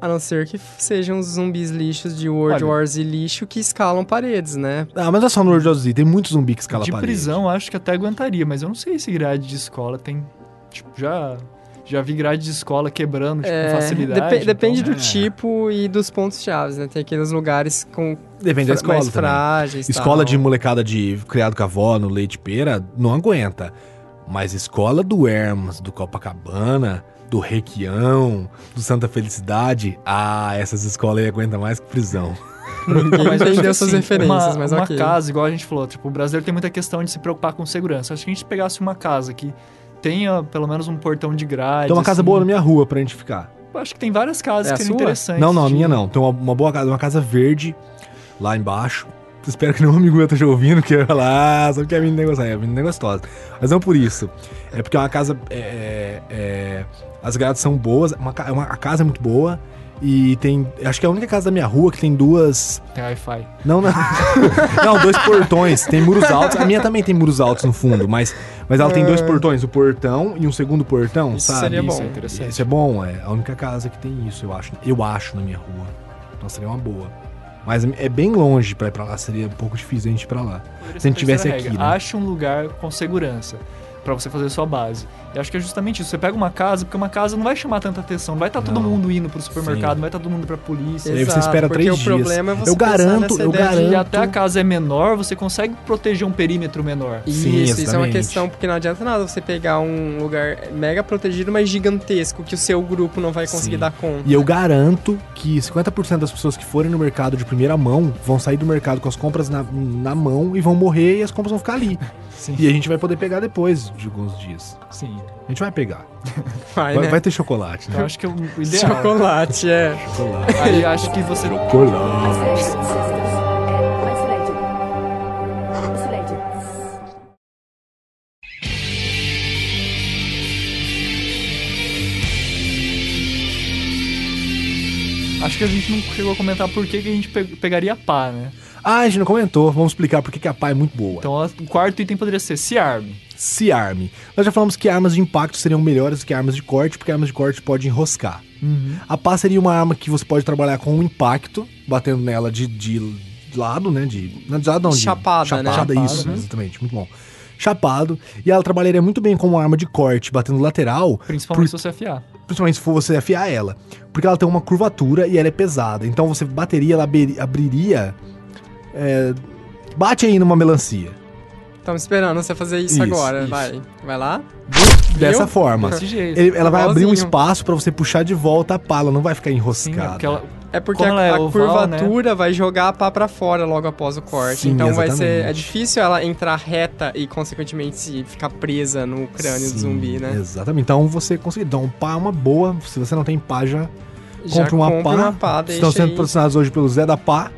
S1: A não ser que sejam os zumbis lixos de World
S3: Olha.
S1: War Z lixo que escalam paredes, né?
S2: Ah, mas é só no World of Z, tem muito zumbi que escala a
S3: de
S2: parede.
S3: prisão, acho que até aguentaria, mas eu não sei se grade de escola tem. Tipo, já. Já vi grade de escola quebrando, tipo,
S1: É,
S3: com facilidade.
S1: depe-
S3: então-
S1: depende do
S2: é.
S1: tipo e dos pontos chaves, né? Tem aqueles lugares com
S2: Depende da
S1: fra- mais
S2: escola também.
S1: frágeis.
S2: Escola
S1: tal.
S2: de molecada de criado com a avó no leite pera não aguenta. Mas escola do Hermes, do Copacabana, do Requião, do Santa Felicidade, ah, essas escolas aí aguentam mais que prisão.
S1: Ninguém
S3: Mas eu acho que,
S1: entendeu essas
S3: assim,
S1: tipo referências,
S3: uma,
S1: mas
S3: uma
S1: ok.
S3: casa, igual a gente falou, tipo, o brasileiro tem muita questão de se preocupar com segurança. Acho que a gente pegasse uma casa que tenha pelo menos um portão de grade.
S2: Tem uma casa
S3: assim.
S2: boa na minha rua pra gente ficar.
S3: Acho que tem várias casas
S1: É a
S3: que seriam
S1: sua?
S3: interessantes. tipo,
S2: Não, não, a
S3: de-
S2: minha não. Tem uma, uma boa casa, uma casa verde lá embaixo. Espero que nenhum amigo meu esteja ouvindo, que eu ia falar, ah, sabe que é menina negócio, é menina gostosa. Mas não por isso. É porque é uma casa. é, é, é, as grades são boas, uma, ca- é uma- a casa é muito boa. E tem. Acho que é a única casa da minha rua que tem duas.
S3: Tem Wi-Fi.
S2: Não, não. não, dois portões. Tem muros altos. A minha também tem muros altos no fundo, mas, mas ela tem dois portões, o portão e um segundo portão,
S1: É. Isso
S2: sabe?
S1: seria
S3: Isso
S1: bom.
S3: é interessante.
S2: Isso é bom, é a única casa que tem isso, eu acho. Eu acho na minha rua. Então seria uma boa. Mas é bem longe pra ir pra lá, seria um pouco difícil a gente ir pra lá.
S3: Poderia
S2: Se a gente
S3: ser terceira
S2: tivesse aqui, né?
S3: Acha um lugar com segurança pra você fazer sua base. E acho que é justamente isso. Você pega uma casa, porque uma casa não vai chamar tanta atenção. Não vai estar
S2: Não.
S3: todo mundo indo pro supermercado,
S2: Sim.
S3: não vai estar todo mundo pra polícia.
S2: E aí você
S1: Exato,
S2: espera
S1: porque
S2: três
S1: o
S2: dias.
S1: problema é você
S2: eu
S1: pensar
S2: garanto,
S1: nessa
S2: eu
S1: ideia de-
S2: garanto.
S3: E até a casa é menor, você consegue proteger um perímetro menor.
S1: Isso,
S2: Sim,
S1: isso é uma
S2: exatamente.
S1: questão, porque não adianta nada você pegar um lugar mega protegido, mas gigantesco, que o seu grupo não vai conseguir
S2: Sim.
S1: dar conta.
S2: E eu garanto que 50% das pessoas que forem no mercado de primeira mão vão sair do mercado com as compras na, na mão e vão morrer e as compras vão ficar ali.
S3: Sim.
S2: E a gente vai poder pegar depois de alguns dias.
S3: Sim.
S2: A gente vai pegar.
S1: Vai,
S2: Vai,
S1: né?
S2: vai ter chocolate, né?
S3: Então acho que é o ideal.
S1: Chocolate, é.
S2: Chocolate.
S3: Aí acho que você
S2: Chocolate.
S5: Isolation systems isolated. Isolated.
S3: Acho que a gente não chegou a comentar por que, que a gente pe- pegaria a pá, né?
S2: Ah, a gente não comentou. Vamos explicar por que que a pá é muito boa.
S3: Então a- o quarto item poderia ser se arme.
S2: se arme. Nós já falamos que armas de impacto seriam melhores do que armas de corte, porque armas de corte pode enroscar.
S1: Uhum.
S2: A pá seria uma arma que você pode trabalhar com um impacto, batendo nela de, de lado, né? De, não, de lado não, de-
S1: Chapada, né?
S2: Chapada,
S1: Chapada,
S2: isso,
S1: né?
S2: exatamente. Muito bom. Chapado. E ela trabalharia muito bem como uma arma de corte, batendo lateral,
S3: Principalmente se você afiar.
S2: principalmente se for você afiar ela. Porque ela tem uma curvatura e ela é pesada. Então você bateria, ela abri- abriria... é, bate aí numa melancia.
S1: Estamos esperando você fazer isso,
S2: Isso,
S1: agora.
S2: isso.
S1: Vai. Vai lá.
S2: Dessa
S1: Viu?
S2: forma.
S3: Desse jeito.
S2: Ele- ela vai abrir um
S1: Igualzinho.
S2: espaço pra você puxar de volta a pala, não vai ficar
S3: Sim,
S2: enroscada.
S3: é porque ela,
S1: É porque
S3: Como
S1: a,
S3: ela é
S1: a
S3: oval,
S1: curvatura vai jogar a pá pra fora logo após o corte.
S2: Sim,
S1: então vai ser.
S2: exatamente.
S1: É difícil ela entrar reta e, consequentemente, se ficar presa no crânio do
S2: Sim,
S1: zumbi, né?
S2: Exatamente. Então você consegue dar um pá, uma boa. Se você não tem pá, já
S1: Já
S2: compra uma pá.
S1: uma pá, deixa
S2: Estão sendo
S1: aí.
S2: patrocinados hoje pelo Zé da Pá.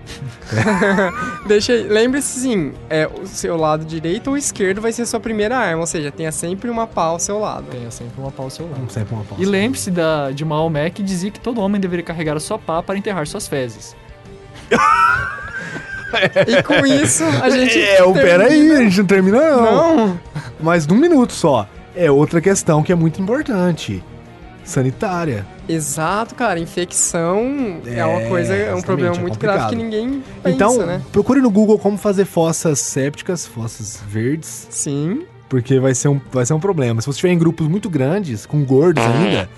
S1: Deixa aí. Lembre-se, sim, é, o seu lado direito ou esquerdo vai ser sua primeira arma, ou seja, tenha sempre uma pá ao seu lado.
S3: tenha é sempre uma pá ao seu lado.
S2: Vamos sempre uma pausa.
S3: E lembre-se da, de Maomé que dizia que todo homem deveria carregar a sua pá para enterrar suas fezes.
S1: E com isso, a gente.
S2: É,
S1: termina- então.
S2: o- peraí, a gente não termina não.
S1: Não!
S2: Mas num minuto só. É outra questão que é muito importante. Sanitária.
S1: Exato, cara. Infecção é, uma
S2: É,
S1: coisa, é um
S2: exatamente,
S1: problema
S2: é
S1: muito
S2: complicado.
S1: grave que ninguém pensa,
S2: então,
S1: né?
S2: procure no Google como fazer fossas sépticas, fossas verdes.
S1: Sim.
S2: Porque vai ser, um, vai ser um problema. Se você estiver em grupos muito grandes, com gordos ainda,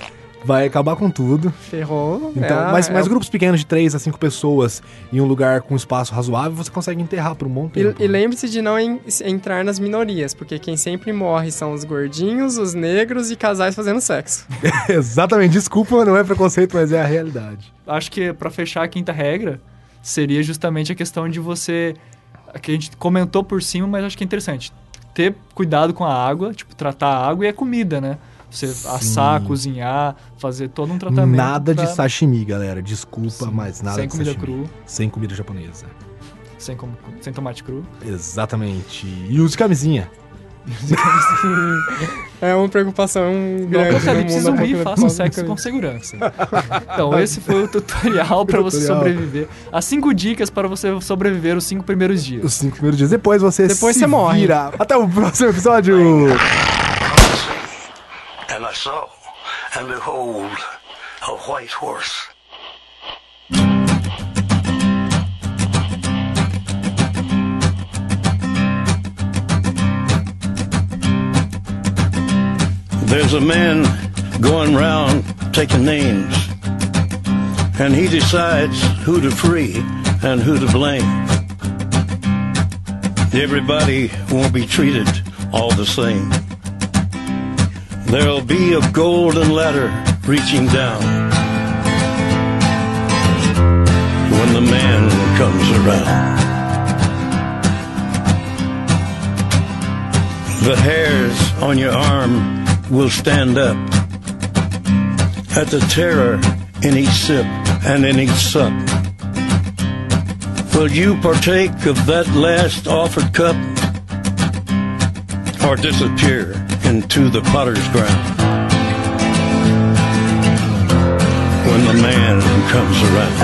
S2: vai acabar com tudo.
S1: Ferrou.
S2: Então,
S1: é,
S2: mas,
S1: é
S2: mas grupos pequenos de 3 a 5 pessoas em um lugar com espaço razoável, você consegue enterrar por um bom tempo.
S1: E, e lembre-se de não en- entrar nas minorias, porque quem sempre morre são os gordinhos, os negros e casais fazendo sexo.
S2: Exatamente, desculpa, não é preconceito, mas é a realidade.
S3: Acho que para fechar a quinta regra seria justamente a questão de você a que a gente comentou por cima, mas acho que é interessante ter cuidado com a água, tipo tratar a água e a comida, né? Você assar, cozinhar, fazer todo um tratamento.
S2: Nada
S1: tá.
S3: pra-
S2: de sashimi, galera. Desculpa,
S3: Sim.
S2: mas nada
S3: Sem
S2: de
S3: comida
S2: sashimi.
S3: crua,
S2: Sem comida japonesa.
S3: sem, com- sem tomate cru.
S2: Exatamente. E use camisinha.
S1: É uma preocupação um
S3: No
S1: grande no
S3: apocalipse
S1: mundo.
S3: zumbi,
S1: apocalipse
S3: façam um sexo com
S1: apocalipse.
S3: segurança. Então, esse foi o tutorial para você
S2: Tutorial.
S3: sobreviver. As cinco dicas para você sobreviver os cinco primeiros dias.
S2: Os cinco primeiros dias. Depois você
S1: Depois
S2: se
S1: você morre.
S2: vira. Até o próximo episódio.
S6: And I saw, and behold, a white horse. There's a man going round taking names, and he decides who to free and who to blame. Everybody won't be treated all the same. There'll be a golden ladder reaching down when the man comes around. The hairs on your arm will stand up at the terror in each sip and in each sup. Will you partake of that last offered cup? or disappear into the potter's ground when the man comes around.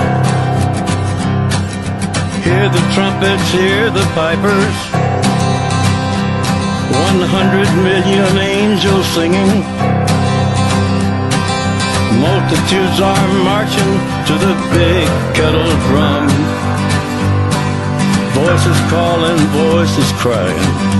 S6: Hear the trumpets, hear the pipers. 100 million angels singing. Multitudes are marching to the big kettle drum. Voices calling, voices crying.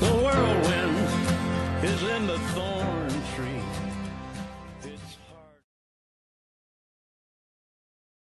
S6: The whirlwind is in the thorn